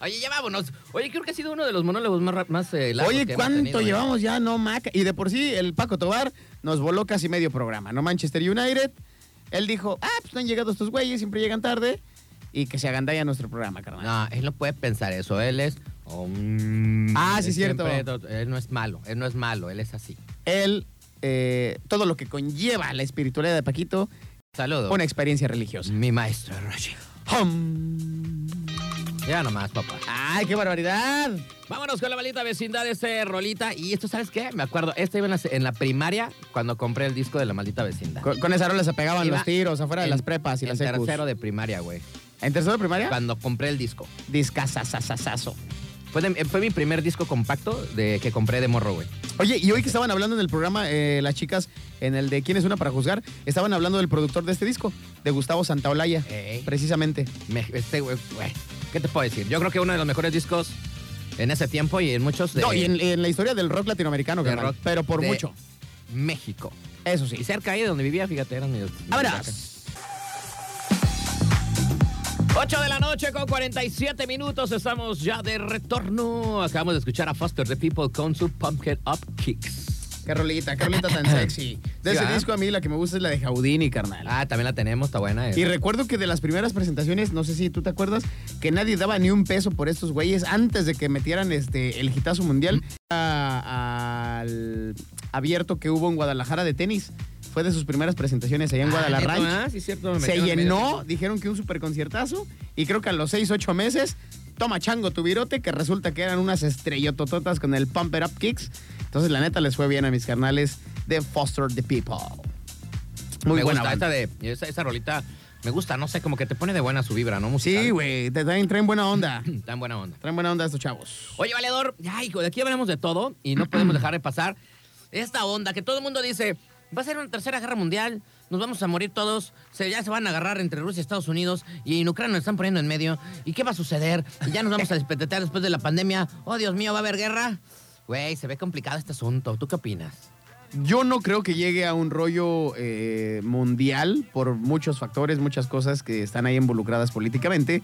Speaker 1: Oye, ya vámonos. Oye, creo que ha sido uno de los monólogos más, ra- más eh, largos. que
Speaker 2: Oye,
Speaker 1: hemos
Speaker 2: ¿cuánto
Speaker 1: tenido, eh?
Speaker 2: llevamos ya? No, Mac. Y de por sí, el Paco Tobar nos voló casi medio programa, ¿no? Manchester United. Él dijo, ah, pues no han llegado estos güeyes, siempre llegan tarde. Y que se agandalla nuestro programa, carnal.
Speaker 1: No, él no puede pensar eso. Él es. um,
Speaker 2: Ah, sí,
Speaker 1: él
Speaker 2: cierto.
Speaker 1: siempre- Él no es malo. Él no es malo. Él es así.
Speaker 2: Él, eh, todo lo que conlleva la espiritualidad de Paquito,
Speaker 1: Saludos.
Speaker 2: una experiencia religiosa.
Speaker 1: Mi maestro, Roger.
Speaker 2: Hum.
Speaker 1: Ya nomás, papá.
Speaker 2: ¡Ay, qué barbaridad!
Speaker 1: Vámonos con la maldita vecindad, este rolita. Y esto, ¿sabes qué? Me acuerdo, este iba en la, en la primaria cuando compré el disco de la maldita vecindad.
Speaker 2: Con, con esa rola se pegaban
Speaker 1: Iba
Speaker 2: los tiros afuera de
Speaker 1: en-
Speaker 2: las prepas y
Speaker 1: en
Speaker 2: las secus.
Speaker 1: tercero de primaria, güey.
Speaker 2: ¿En tercero de primaria?
Speaker 1: Cuando compré el disco.
Speaker 2: Discazazazazazo.
Speaker 1: Fue, de- fue mi primer disco compacto de, que compré de morro, güey.
Speaker 2: Oye, y hoy que estaban hablando en el programa, eh, las chicas, en el de ¿Quién es una para juzgar? Estaban hablando del productor de este disco, de Gustavo Santaolalla,
Speaker 1: Ey.
Speaker 2: precisamente.
Speaker 1: Me- este, güey, güey, ¿qué te puedo decir? Yo creo que uno de los mejores discos en ese tiempo y en muchos de,
Speaker 2: no, y en, en la historia del rock latinoamericano,
Speaker 1: de
Speaker 2: carnal,
Speaker 1: rock
Speaker 2: pero por
Speaker 1: de-
Speaker 2: mucho.
Speaker 1: México.
Speaker 2: Eso
Speaker 1: Y
Speaker 2: sí.
Speaker 1: cerca ahí de donde vivía, fíjate, eran mis... mis
Speaker 2: Ahora,
Speaker 1: vacas. 8 de la noche con 47 minutos, estamos ya de retorno. Acabamos de escuchar a Foster the People con su Pumpkin Up Kicks.
Speaker 2: Carolita, Carolita tan sexy. De
Speaker 1: Sí,
Speaker 2: ese
Speaker 1: ¿va?
Speaker 2: disco a mí la que me gusta es la de Jaudini, carnal.
Speaker 1: Ah, también la tenemos, está buena. eh.
Speaker 2: Y recuerdo que de las primeras presentaciones, no sé si tú te acuerdas, que nadie daba ni un peso por estos güeyes antes de que metieran este el hitazo mundial a- al abierto que hubo en Guadalajara de tenis. Fue de sus primeras presentaciones allá en
Speaker 1: Ah,
Speaker 2: Guadalajara.
Speaker 1: ¿neta, ah? Sí, cierto, me
Speaker 2: Se
Speaker 1: metieron en medio
Speaker 2: llenó, dijeron que un super conciertazo y creo que a los 6, 8 meses, toma chango tu virote, que resulta que eran unas estrellotototas con el Pumper Up Kicks. Entonces la neta les fue bien a mis carnales de Foster the People. Muy
Speaker 1: me
Speaker 2: buena
Speaker 1: gusta
Speaker 2: banda.
Speaker 1: esta de esa, esa rolita me gusta, no sé, como que te pone de buena su vibra, ¿no? Musical.
Speaker 2: Sí, güey, te traen, traen buena onda.
Speaker 1: Tan buena onda.
Speaker 2: Traen buena onda estos chavos.
Speaker 1: Oye, valedor, ay, hijo, de aquí hablamos de todo y no podemos dejar de pasar esta onda que todo el mundo dice, va a ser una tercera guerra mundial, nos vamos a morir todos, se, ya se van a agarrar entre Rusia y Estados Unidos y en Ucrania nos están poniendo en medio. ¿Y qué va a suceder? ¿Y ya nos vamos a despetetear después de la pandemia? Oh, Dios mío, ¿va a haber guerra? Güey, se ve complicado este asunto. ¿Tú qué opinas?
Speaker 2: Yo no creo que llegue a un rollo eh, mundial por muchos factores, muchas cosas que están ahí involucradas políticamente,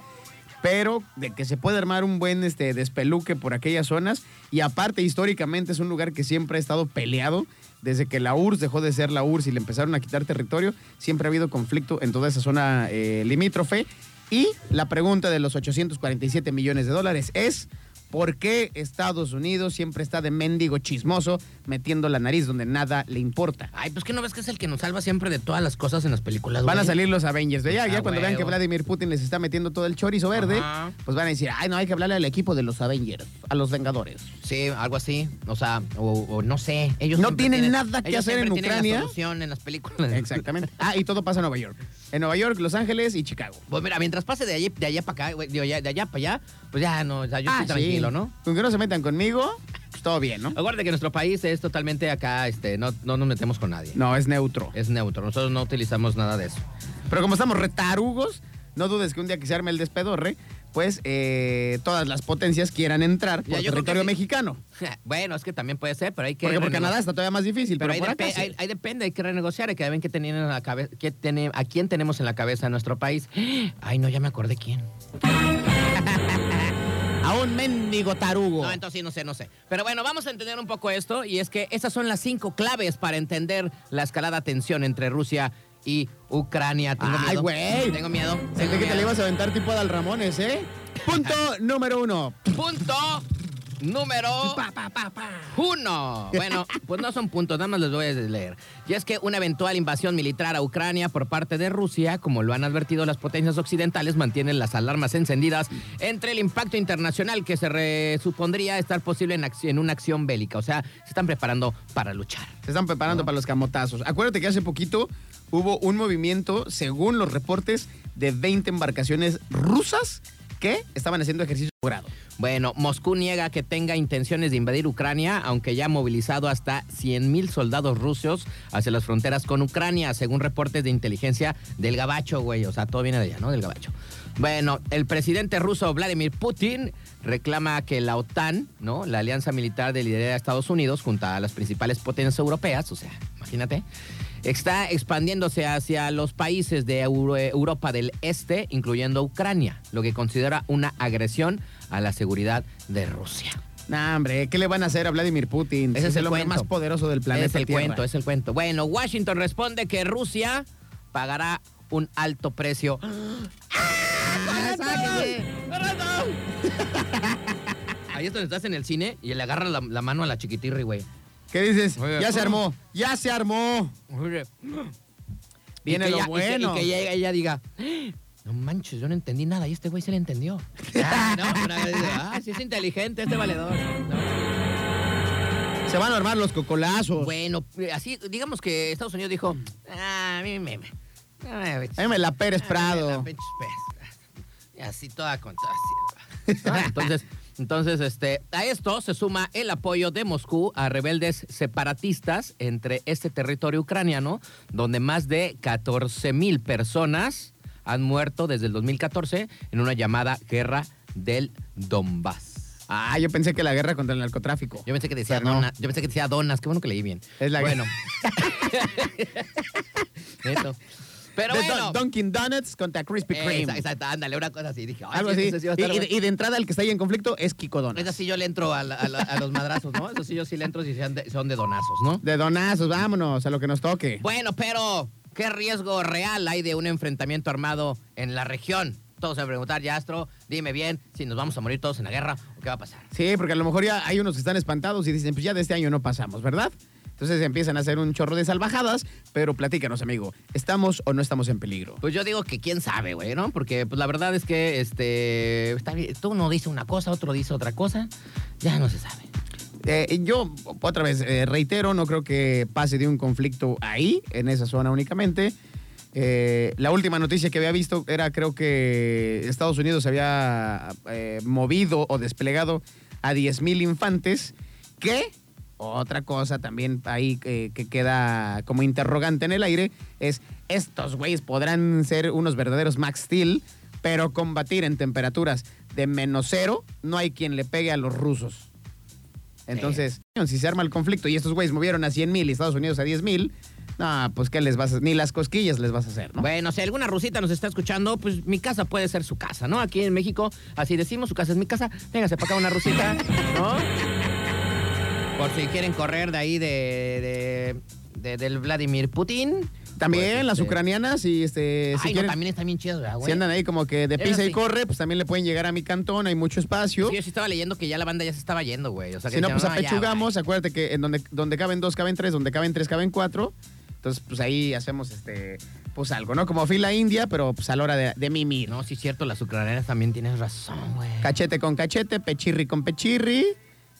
Speaker 2: pero de que se puede armar un buen este, despeluque por aquellas zonas y aparte históricamente es un lugar que siempre ha estado peleado. Desde que la URSS dejó de ser la URSS y le empezaron a quitar territorio, siempre ha habido conflicto en toda esa zona eh, limítrofe. Y la pregunta de los 847 millones de dólares es, ¿Por qué Estados Unidos siempre está de mendigo chismoso metiendo la nariz donde nada le importa?
Speaker 1: Ay, pues que no ves que es el que nos salva siempre de todas las cosas en las películas.
Speaker 2: Van a
Speaker 1: güey?
Speaker 2: salir los Avengers. Ya, ya
Speaker 1: Ah,
Speaker 2: cuando vean que
Speaker 1: huevo.
Speaker 2: Vladimir Putin les está metiendo todo el chorizo verde,
Speaker 1: Ajá.
Speaker 2: pues van a decir, ay, no, hay que hablarle al equipo de los Avengers, a los Vengadores.
Speaker 1: Sí, algo así. O sea, o, o no sé. Ellos
Speaker 2: No
Speaker 1: siempre
Speaker 2: tienen nada que
Speaker 1: ellos
Speaker 2: hacer
Speaker 1: siempre
Speaker 2: en
Speaker 1: tienen la
Speaker 2: Ucrania.
Speaker 1: solución en las películas.
Speaker 2: Exactamente. Ah, y todo pasa en Nueva York. En Nueva York, Los Ángeles y Chicago.
Speaker 1: Pues mira, mientras pase de allí, de allá para acá, güey, digo, ya- de allá para allá, pues ya no, o sea, yo
Speaker 2: Ah,
Speaker 1: estoy tranquilo, ¿no?
Speaker 2: Con que no se metan conmigo, pues todo bien, ¿no?
Speaker 1: Acuérdate que nuestro país es totalmente acá, este, no, no nos metemos con nadie.
Speaker 2: No, es neutro.
Speaker 1: Es neutro, nosotros no utilizamos nada de eso.
Speaker 2: Pero como estamos retarugos, no dudes que un día que se arme el despedorre, pues eh, todas las potencias quieran entrar por
Speaker 1: Ya, yo creo
Speaker 2: territorio
Speaker 1: que sí.
Speaker 2: mexicano.
Speaker 1: Bueno, es que también puede ser, pero hay que...
Speaker 2: Porque por
Speaker 1: renego-
Speaker 2: Canadá está todavía más difícil,
Speaker 1: Pero
Speaker 2: pero,
Speaker 1: ahí,
Speaker 2: por acá
Speaker 1: depe-
Speaker 2: sí.
Speaker 1: ahí- ahí depende, hay que renegociar, hay que ver qué tienen en la cabeza, qué tiene- a quién tenemos en la cabeza en nuestro país. Ay, no, ya me acordé quién.
Speaker 2: A un mendigo tarugo.
Speaker 1: No, entonces sí, no sé, no sé. Pero bueno, vamos a entender un poco esto y es que esas son las cinco claves para entender la escalada tensión entre Rusia y Ucrania. Tengo
Speaker 2: Ay,
Speaker 1: miedo.
Speaker 2: güey.
Speaker 1: Tengo miedo. Tengo
Speaker 2: Sentí que te
Speaker 1: miedo.
Speaker 2: le ibas a aventar tipo a Dal Ramones, ¿eh? Punto número uno.
Speaker 1: Punto número
Speaker 2: Pa, pa, pa, pa.
Speaker 1: Uno. Bueno, pues no son puntos, nada más les voy a leer. Y es que una eventual invasión militar a Ucrania por parte de Rusia, como lo han advertido las potencias occidentales, mantienen las alarmas encendidas entre el impacto internacional que se re- supondría estar posible en, acci- en una acción bélica. O sea, se están preparando para luchar.
Speaker 2: Se están preparando para los camotazos. Acuérdate que hace poquito hubo un movimiento, según los reportes, de 20 embarcaciones rusas que estaban haciendo ejercicio grado.
Speaker 1: Bueno, Moscú niega que tenga intenciones de invadir Ucrania, aunque ya ha movilizado hasta 100.000 soldados rusos hacia las fronteras con Ucrania, según reportes de inteligencia del Gabacho, güey. O sea, todo viene de allá, ¿no? Del Gabacho. Bueno, el presidente ruso Vladimir Putin reclama que la OTAN, ¿no? La alianza militar de liderazgo de Estados Unidos, junto a las principales potencias europeas, o sea, imagínate, está expandiéndose hacia los países de Euro- Europa del Este, incluyendo Ucrania, lo que considera una agresión a la seguridad de Rusia.
Speaker 2: Nah, hombre, ¿qué le van a hacer a Vladimir Putin?
Speaker 1: Ese es el
Speaker 2: hombre
Speaker 1: cuento.
Speaker 2: más poderoso del planeta.
Speaker 1: es el
Speaker 2: Tierra.
Speaker 1: cuento, es el cuento. Bueno, Washington responde que Rusia pagará un alto precio.
Speaker 2: Ah, sáquense.
Speaker 1: Ahí es donde estás en el cine y le agarra la, la mano a la chiquitirri, güey.
Speaker 2: ¿Qué dices?
Speaker 1: Oye.
Speaker 2: Ya se armó, ya se armó. Viene
Speaker 1: Y que ella-
Speaker 2: lo
Speaker 1: y que-
Speaker 2: bueno.
Speaker 1: Y que, ella, ella diga, no manches, yo no entendí nada y este güey se le entendió. Ah, no, una vez dice, ah, sí es inteligente este valedor. No.
Speaker 2: Se van a armar los cocolazos.
Speaker 1: Bueno, así, digamos que Estados Unidos dijo, ah, a mí me... me- a mí
Speaker 2: A mí me la Pérez
Speaker 1: Ah,
Speaker 2: Prado.
Speaker 1: la pinche pez. Y así toda con toda así. Ah, Entonces, Entonces, este, a esto se suma el apoyo de Moscú a rebeldes separatistas entre este territorio ucraniano, donde más de 14 mil personas han muerto desde el 2014 en una llamada guerra del Donbass.
Speaker 2: Ah, yo pensé que la guerra contra el narcotráfico.
Speaker 1: Yo pensé que decía
Speaker 2: Pero no.
Speaker 1: donas, yo pensé que decía donas, qué bueno que leí bien.
Speaker 2: Es la
Speaker 1: bueno.
Speaker 2: guerra.
Speaker 1: Neto. Pero
Speaker 2: de
Speaker 1: bueno.
Speaker 2: Dun- Dunkin' Donuts contra Krispy Kreme.
Speaker 1: Esa- Exacto, ándale, una cosa así. Dije, ay,
Speaker 2: Algo
Speaker 1: sí,
Speaker 2: así.
Speaker 1: eso sí va a
Speaker 2: y,
Speaker 1: estar
Speaker 2: y de,
Speaker 1: bueno.
Speaker 2: y de entrada, el que está ahí en conflicto es Kiko
Speaker 1: Esa
Speaker 2: Donuts.
Speaker 1: sí yo le entro a, la- a la- a los madrazos, ¿no? Eso sí yo sí le entro si sean de- son de donazos, ¿no?
Speaker 2: De donazos, vámonos a lo que nos toque.
Speaker 1: Bueno, pero ¿qué riesgo real hay de un enfrentamiento armado en la región? Todos se van a preguntar, ya Astro, dime bien si nos vamos a morir todos en la guerra o qué va a pasar.
Speaker 2: Sí, porque a lo mejor ya hay unos que están espantados y dicen, pues ya de este año no pasamos, ¿verdad? Entonces empiezan a hacer un chorro de salvajadas, pero platícanos, amigo, ¿estamos o no estamos en peligro?
Speaker 1: Pues yo digo que quién sabe, güey, ¿no? Porque pues, la verdad es que este está bien, tú uno dice una cosa, otro dice otra cosa, ya no se sabe.
Speaker 2: Eh, yo, otra vez, eh, reitero, no creo que pase de un conflicto ahí, en esa zona únicamente. Eh, la última noticia que había visto era, creo que Estados Unidos había eh, movido o desplegado a 10.000 infantes, que otra cosa también ahí eh, que, que queda como interrogante en el aire es, estos güeyes podrán ser unos verdaderos Max Steel, pero combatir en temperaturas de menos cero, no hay quien le pegue a los rusos. Entonces, si se arma el conflicto y estos güeyes movieron a 100 mil y Estados Unidos a 10 mil, no, pues qué les vas a Ni las cosquillas les vas a hacer, ¿no?
Speaker 1: Bueno, si alguna rusita nos está escuchando, pues mi casa puede ser su casa, ¿no? Aquí en México, así decimos, su casa es mi casa. Véngase para acá una rusita, ¿no? Por si quieren correr de ahí de, de- de- del Vladimir Putin.
Speaker 2: también
Speaker 1: Pues,
Speaker 2: las
Speaker 1: este,
Speaker 2: ucranianas, y este, si
Speaker 1: ay,
Speaker 2: quieren-
Speaker 1: no, también están bien chidas, ¿verdad, güey.
Speaker 2: si andan ahí como que de
Speaker 1: Eso
Speaker 2: pisa y
Speaker 1: sí.
Speaker 2: corre, pues también le pueden llegar a mi cantón, hay mucho espacio.
Speaker 1: Sí, yo sí estaba leyendo que ya la banda ya se estaba yendo, güey. O sea, que
Speaker 2: si no,
Speaker 1: decían,
Speaker 2: pues
Speaker 1: ya,
Speaker 2: apechugamos. Acuérdate que en donde, donde caben dos, caben tres, donde caben tres, caben cuatro. Entonces, pues ahí hacemos este, pues algo, ¿no? Como fila india, pero pues a la hora de, de
Speaker 1: güey.
Speaker 2: mimir, ¿no?
Speaker 1: No, sí es cierto, las ucranianas también tienes razón, güey.
Speaker 2: cachete con cachete, pechirri con pechirri.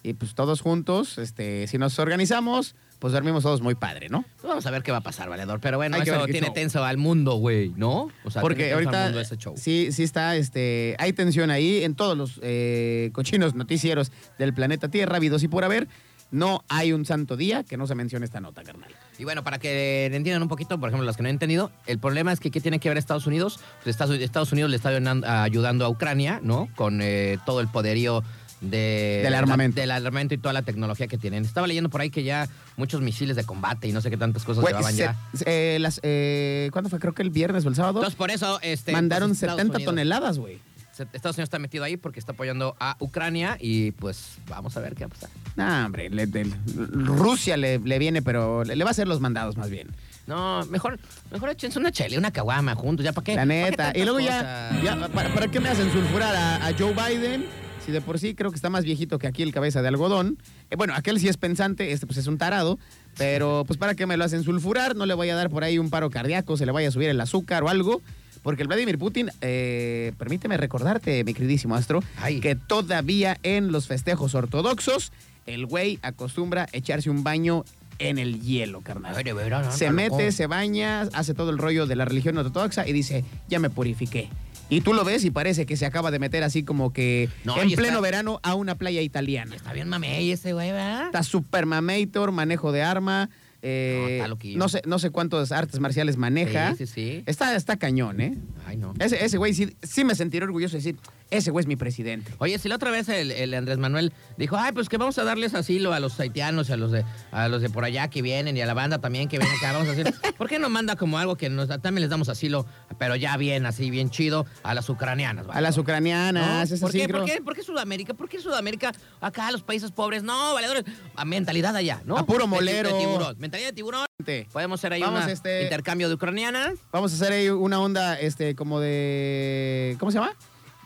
Speaker 2: Y pues todos juntos, este, si nos organizamos, pues dormimos todos muy padre, ¿no?
Speaker 1: Pues Vamos a ver qué va a pasar, valedor. Pero bueno,
Speaker 2: Hay que
Speaker 1: eso
Speaker 2: ver qué
Speaker 1: tiene
Speaker 2: show.
Speaker 1: tenso al mundo, güey, ¿no? O sea,
Speaker 2: Porque
Speaker 1: tiene tenso al
Speaker 2: ahorita
Speaker 1: mundo ese show.
Speaker 2: sí, sí está, este, hay tensión ahí en todos los eh, cochinos noticieros del planeta Tierra, habidos y por haber. No hay un santo día que no se mencione esta nota, carnal.
Speaker 1: Y bueno, para que entiendan un poquito, por ejemplo, los que no han entendido, el problema es que ¿qué tiene que ver Estados Unidos? Pues Estados, Estados Unidos le está ayudan- ayudando a Ucrania, ¿no? Con eh, todo el poderío de,
Speaker 2: Del armamento.
Speaker 1: del armamento y toda la tecnología que tienen. Estaba leyendo por ahí que ya muchos misiles de combate y no sé qué tantas cosas
Speaker 2: Güey,
Speaker 1: llevaban
Speaker 2: se-
Speaker 1: ya.
Speaker 2: se- eh, las, eh, ¿Cuándo fue? Creo que el viernes o el sábado.
Speaker 1: Entonces, por eso... Este,
Speaker 2: mandaron
Speaker 1: pues, Estados
Speaker 2: 70
Speaker 1: Unidos-
Speaker 2: toneladas, güey.
Speaker 1: se- Estados Unidos está metido ahí porque está apoyando a Ucrania y pues vamos a ver qué va a pasar.
Speaker 2: Nah, hombre, le- le- Rusia le, le viene, pero le- le va a hacer los mandados más bien.
Speaker 1: No, mejor, mejor échense una chele, una caguama juntos, ¿ya para qué?
Speaker 2: La
Speaker 1: ¿Pa' qué
Speaker 2: neta.
Speaker 1: tantas
Speaker 2: Y luego ya,
Speaker 1: cosas?
Speaker 2: ya, ¿para, para qué me hacen sulfurar a, a Joe Biden? Si de por sí creo que está más viejito que aquí el cabeza de algodón. Eh, bueno, aquel sí es pensante, este pues es un tarado. Pero pues para qué me lo hacen sulfurar, no le vaya a dar por ahí un paro cardíaco, se le vaya a subir el azúcar o algo. Porque el Vladimir Putin, eh, permíteme recordarte, mi queridísimo astro,
Speaker 1: Ay.
Speaker 2: que todavía en los festejos ortodoxos, el güey acostumbra echarse un baño en el hielo, carnal.
Speaker 1: Ay, de veras, no,
Speaker 2: Se
Speaker 1: no,
Speaker 2: mete,
Speaker 1: loco.
Speaker 2: se baña, hace todo el rollo de la religión ortodoxa y dice, ya me purifiqué. Y tú lo ves y parece que se acaba de meter así como que
Speaker 1: No,
Speaker 2: en
Speaker 1: y
Speaker 2: pleno
Speaker 1: está-
Speaker 2: verano a una playa italiana.
Speaker 1: Está bien mamey ese güey, ¿verdad?
Speaker 2: Está super mamator, manejo de arma, eh,
Speaker 1: No,
Speaker 2: no,
Speaker 1: está loquillo.
Speaker 2: sé, no sé cuántas artes marciales maneja.
Speaker 1: Sí, sí, sí.
Speaker 2: Está, está cañón, ¿eh?
Speaker 1: Ay, no.
Speaker 2: Ese, ese güey sí, sí me sentiré orgulloso de decir, ese güey es mi presidente.
Speaker 1: Oye, si la otra vez el, el Andrés Manuel dijo, ay, pues que vamos a darles asilo a los haitianos, a los de, a los de por allá que vienen y a la banda también que viene acá, vamos a hacer. ¿Por qué no manda como algo que nos, también les damos asilo, pero ya bien, así, bien chido, a las ucranianas?
Speaker 2: A las ucranianas,
Speaker 1: ¿No?
Speaker 2: ese
Speaker 1: ¿Por,
Speaker 2: sí
Speaker 1: qué?
Speaker 2: creo.
Speaker 1: ¿Por, qué? ¿Por qué Sudamérica? ¿Por qué Sudamérica? Acá los países pobres, no, valedores, a mentalidad allá, ¿no?
Speaker 2: A puro
Speaker 1: De ti-
Speaker 2: molero.
Speaker 1: de tiburón, mentalidad de tiburón. Podemos hacer ahí un
Speaker 2: Vamos, este-
Speaker 1: intercambio de ucranianas.
Speaker 2: Vamos a hacer ahí una onda este, como de. ¿Cómo se llama?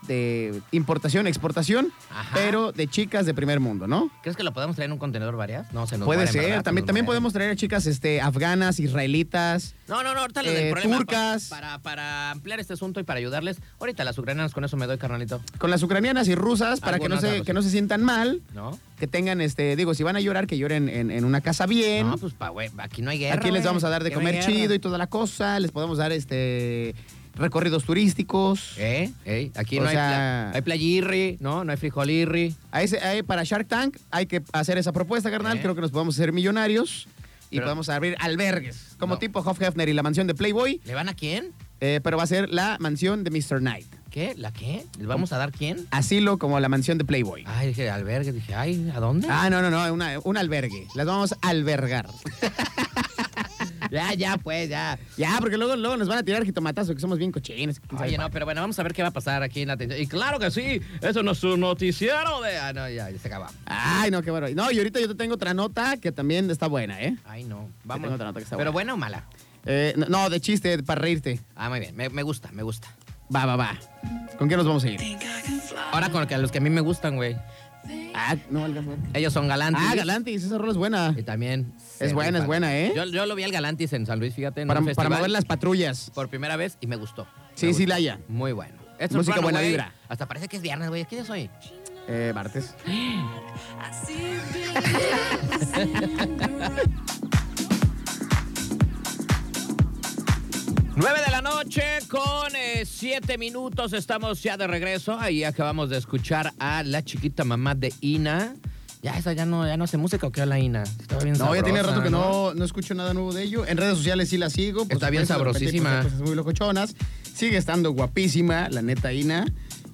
Speaker 2: De importación, exportación,
Speaker 1: Ajá.
Speaker 2: pero de chicas de primer mundo, ¿no?
Speaker 1: ¿Crees que lo podemos traer en un contenedor varias? No, se nos
Speaker 2: Puede
Speaker 1: mueren,
Speaker 2: ser.
Speaker 1: ¿verdad? Se
Speaker 2: También,
Speaker 1: nos
Speaker 2: también
Speaker 1: mueren.
Speaker 2: podemos traer a chicas este, afganas, israelitas.
Speaker 1: No, no, no, ahorita les doy
Speaker 2: Eh,
Speaker 1: el problema.
Speaker 2: turcas.
Speaker 1: pa- Para, para ampliar este asunto y para ayudarles, ahorita las ucranianas con eso me doy, carnalito.
Speaker 2: Con las ucranianas y rusas para que no,
Speaker 1: Algunas
Speaker 2: se,
Speaker 1: rusas.
Speaker 2: que no se sientan mal.
Speaker 1: ¿No?
Speaker 2: Que tengan, este, digo, si van a llorar, que lloren en, en una casa bien.
Speaker 1: No, pues pa, pues, güey, aquí no hay guerra.
Speaker 2: Em. Aquí les
Speaker 1: güey.
Speaker 2: vamos a dar de
Speaker 1: Aquí no hay
Speaker 2: comer
Speaker 1: guerra.
Speaker 2: chido y toda la cosa. Les podemos dar este recorridos turísticos.
Speaker 1: ¿Eh? ¿Eh? Aquí
Speaker 2: O
Speaker 1: no hay,
Speaker 2: sea-
Speaker 1: pla- no hay playirri, ¿no? No hay frijolirri.
Speaker 2: A ese- a- para Shark Tank hay que hacer esa propuesta, carnal.
Speaker 1: Eh.
Speaker 2: Creo que nos podemos hacer millonarios y
Speaker 1: Pero-
Speaker 2: podemos abrir albergues, como
Speaker 1: No.
Speaker 2: tipo Hoff Hefner y la mansión de Playboy,
Speaker 1: ¿Le van a quién?
Speaker 2: eh, pero va a ser la mansión de Mr. Knight.
Speaker 1: ¿Qué? ¿La qué? ¿Le vamos a dar quién?
Speaker 2: Asilo como la mansión de Playboy.
Speaker 1: Ay, dije, albergue. Dije, ay, ¿a dónde?
Speaker 2: Ah, no, no, no, una- un albergue. Las vamos a albergar.
Speaker 1: Ya, ya, pues, ya.
Speaker 2: ya, porque luego, luego nos van a tirar jitomatazo, que somos bien cochines. quién sabe
Speaker 1: Oye, no,
Speaker 2: cuál.
Speaker 1: pero bueno, vamos a ver qué va a pasar aquí en la atención. Y claro que sí, eso no es un noticiero de. Ah, no, ya, ya se acaba.
Speaker 2: Ay, no, qué bueno. No, y ahorita yo te tengo otra nota que también está buena, ¿eh?
Speaker 1: Ay, no. Vamos.
Speaker 2: tengo otra nota que está
Speaker 1: pero buena
Speaker 2: buena.
Speaker 1: o mala.
Speaker 2: Eh, no, no, de chiste, para reírte.
Speaker 1: Ah, muy bien. Me, me gusta, me gusta.
Speaker 2: Va, va, va. ¿Con qué nos vamos a ir?
Speaker 1: Ahora con que- los que a mí me gustan, güey.
Speaker 2: Ah, no, el gafón.
Speaker 1: Ellos son galantes.
Speaker 2: Ah, Galantis, esa rola es buena.
Speaker 1: Y también. se
Speaker 2: Es buena, es
Speaker 1: rifan.
Speaker 2: buena, ¿eh?
Speaker 1: Yo, yo lo vi al Galantis en San Luis, fíjate. en
Speaker 2: Para,
Speaker 1: un
Speaker 2: para
Speaker 1: festival
Speaker 2: mover las patrullas.
Speaker 1: Por primera vez y me gustó.
Speaker 2: Sí,
Speaker 1: Me
Speaker 2: sí,
Speaker 1: gustó.
Speaker 2: la haya.
Speaker 1: Muy bueno. Esto es
Speaker 2: Música
Speaker 1: Run
Speaker 2: buena
Speaker 1: Away.
Speaker 2: vibra.
Speaker 1: Hasta parece que es viernes, güey. ¿Qué día es hoy?
Speaker 2: Eh, martes.
Speaker 1: Nueve de la noche con eh, siete minutos. Estamos ya de regreso. Ahí acabamos de escuchar a la chiquita mamá de Ina. Ya, esa ya no, ya no hace música o qué la Ina. Estaba bien
Speaker 2: No, ya
Speaker 1: sabrosa,
Speaker 2: tiene rato que no, no escucho nada nuevo de ello. En redes sociales sí la sigo. por
Speaker 1: Está bien
Speaker 2: supuesto, de repente
Speaker 1: sabrosísima.
Speaker 2: hay Cosas muy locochonas. Sigue estando guapísima, la neta Ina.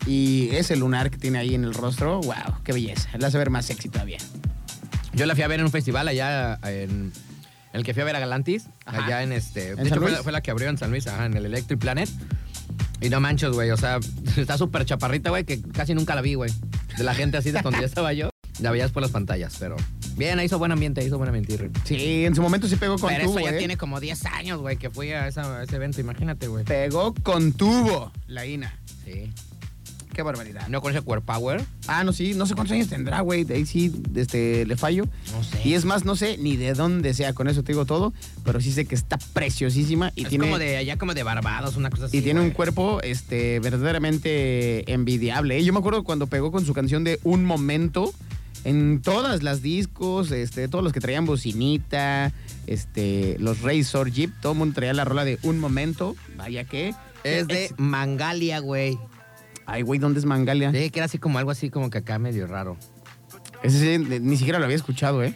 Speaker 2: Y ese lunar que tiene ahí en el rostro, wow, qué belleza. La hace ver más sexy todavía.
Speaker 1: Yo la fui a ver en un festival allá en, en el que fui a ver a Galantis.
Speaker 2: Ajá.
Speaker 1: Allá en este. de
Speaker 2: ¿En San
Speaker 1: hecho, fue,
Speaker 2: Luis?
Speaker 1: la- fue la que abrió en San Luis, ajá, en el Electric Planet. Y no manches, güey. O sea, está súper chaparrita, güey, que casi nunca la vi, güey. De la gente así de cuando ya estaba yo. La veías por las pantallas, pero. Bien, hizo buen ambiente, hizo buen ambiente. Irri.
Speaker 2: Sí, en su momento sí pegó con
Speaker 1: Pero
Speaker 2: tubo.
Speaker 1: eso ya
Speaker 2: ¿eh?
Speaker 1: tiene como 10 años, güey, que fui a, esa- a ese evento, imagínate, güey.
Speaker 2: Pegó con tubo, la Ina.
Speaker 1: Sí.
Speaker 2: Qué barbaridad.
Speaker 1: ¿No conoce Core Power?
Speaker 2: Ah, no, sí, no sé cuántos años tendrá, güey. De ahí sí, este, le fallo.
Speaker 1: No sé.
Speaker 2: Y es más, no sé ni de dónde sea, con eso te digo todo, pero sí sé que está preciosísima y
Speaker 1: Es
Speaker 2: tiene,
Speaker 1: como de allá, como de Barbados, una cosa así.
Speaker 2: y tiene un
Speaker 1: güey.
Speaker 2: cuerpo este, verdaderamente envidiable. ¿eh? Yo me acuerdo cuando pegó con su canción de Un Momento en todas las discos, este, todos los que traían bocinita, este, los Razor Jeep, todo el mundo traía la rola de Un Momento, vaya que.
Speaker 1: Es de Mangalia, güey.
Speaker 2: Ay, güey, ¿dónde es Mangalia?
Speaker 1: Dije que era así como algo así como que acá medio raro.
Speaker 2: Ese sí, ni siquiera lo había escuchado, ¿eh?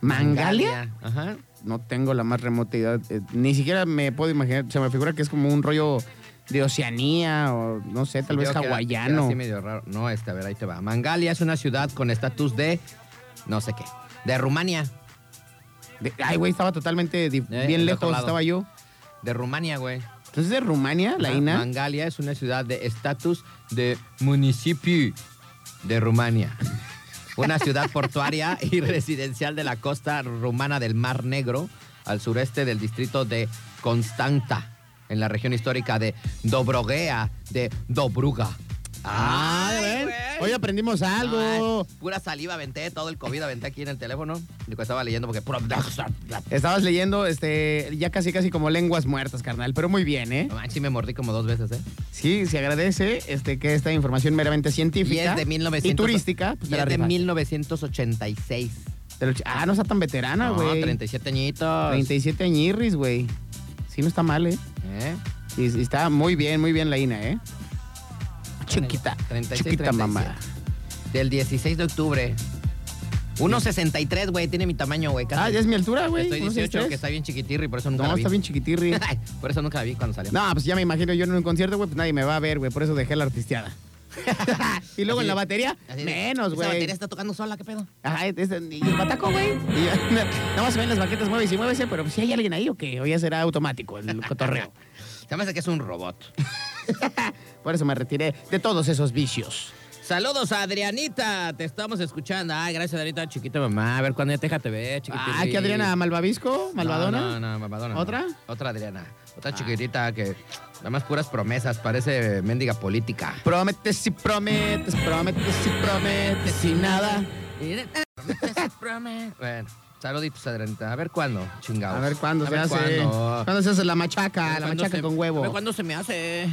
Speaker 2: ¿Mangalia?
Speaker 1: Ajá.
Speaker 2: no tengo la más remota idea. eh, ni siquiera me puedo imaginar. Se me figura que es como un rollo de Oceanía o no sé, tal
Speaker 1: Yo
Speaker 2: vez
Speaker 1: creo que era- que era
Speaker 2: hawaiano.
Speaker 1: así medio raro. No, este, a ver, ahí te va. Mangalia es una ciudad con estatus de no sé qué. De Rumania.
Speaker 2: De- ay, güey, estaba totalmente di-
Speaker 1: Eh,
Speaker 2: bien
Speaker 1: del otro
Speaker 2: lejos,
Speaker 1: lado.
Speaker 2: estaba yo.
Speaker 1: De Rumania, güey.
Speaker 2: Entonces, de Rumania, la
Speaker 1: Ajá.
Speaker 2: INA.
Speaker 1: Mangalia es una ciudad de estatus de municipio de Rumania. Una ciudad portuaria y residencial de la costa rumana del Mar Negro, al sureste del distrito de Constanta, en la región histórica de Dobrogea de Dobruga. Ah,
Speaker 2: Ay, Ah, ven, Hoy aprendimos algo.
Speaker 1: Ay, pura saliva aventé, todo el COVID aventé aquí en el teléfono. Digo, estaba leyendo porque... puro-
Speaker 2: Estabas leyendo, este, ya casi casi como lenguas muertas, carnal, pero muy bien, ¿eh?
Speaker 1: No manches, sí me mordí como dos veces, ¿eh?
Speaker 2: Sí, se agradece este, que esta información meramente
Speaker 1: Y
Speaker 2: científica
Speaker 1: es de 1900...
Speaker 2: y turística, pues
Speaker 1: y
Speaker 2: te la
Speaker 1: es de
Speaker 2: rifaste.
Speaker 1: 1986.
Speaker 2: Te lo ch- Ah, no está tan veterana,
Speaker 1: No,
Speaker 2: güey.
Speaker 1: 37 añitos.
Speaker 2: 37 añirris, güey. Sí, no está mal, ¿eh?
Speaker 1: ¿Eh?
Speaker 2: Y, y está muy bien, muy bien la INA, ¿eh? Chiquita,
Speaker 1: 36,
Speaker 2: chiquita
Speaker 1: 37.
Speaker 2: mamá.
Speaker 1: Del 16 de octubre. 1.63, güey, tiene mi tamaño, güey. casi.
Speaker 2: Ah, ya es mi altura, güey.
Speaker 1: Estoy
Speaker 2: no sé,
Speaker 1: 18,
Speaker 2: tres.
Speaker 1: que está bien chiquitirri, por eso nunca
Speaker 2: No,
Speaker 1: la vi.
Speaker 2: está bien chiquitirri.
Speaker 1: por eso nunca la vi cuando salió.
Speaker 2: No, pues ya me imagino yo en un concierto, güey, pues nadie me va a ver, güey. Por eso dejé la artisteada. y luego
Speaker 1: Así
Speaker 2: en la
Speaker 1: de-
Speaker 2: batería,
Speaker 1: Así de,
Speaker 2: menos,
Speaker 1: Esa batería
Speaker 2: güey.
Speaker 1: está tocando sola, ¿qué pedo?
Speaker 2: Ajá, este- y el bataco, güey. Y ya- Nada más se ven las baquetas, mueve y muévese, pero si hay alguien ahí o qué, o ya será automático el cotorreo.
Speaker 1: Se me hace que es un robot.
Speaker 2: Por eso me retiré de todos esos vicios.
Speaker 1: Saludos a Adrianita, te estamos escuchando. Ay, gracias Adrianita, chiquita mamá. A ver cuándo ya te deja te ver, chiquitirri.
Speaker 2: Ah, que Adriana Malvavisco, Malvadona.
Speaker 1: No, no, no, Malvadona. no.
Speaker 2: ¿Otra?
Speaker 1: Otra Adriana. Otra chiquitita que nada más puras promesas, parece mendiga política.
Speaker 2: Prometes y prometes, prometes y prometes y nada.
Speaker 1: Bueno, saluditos, Adrianita. A ver cuándo, chingados.
Speaker 2: A ver cuándo
Speaker 1: A
Speaker 2: se
Speaker 1: ver
Speaker 2: hace.
Speaker 1: cuándo.
Speaker 2: ¿Cuándo se hace la
Speaker 1: A
Speaker 2: machaca?
Speaker 1: ver
Speaker 2: La
Speaker 1: cuándo
Speaker 2: machaca
Speaker 1: se-
Speaker 2: con
Speaker 1: A ver
Speaker 2: huevo.
Speaker 1: cuándo se me hace.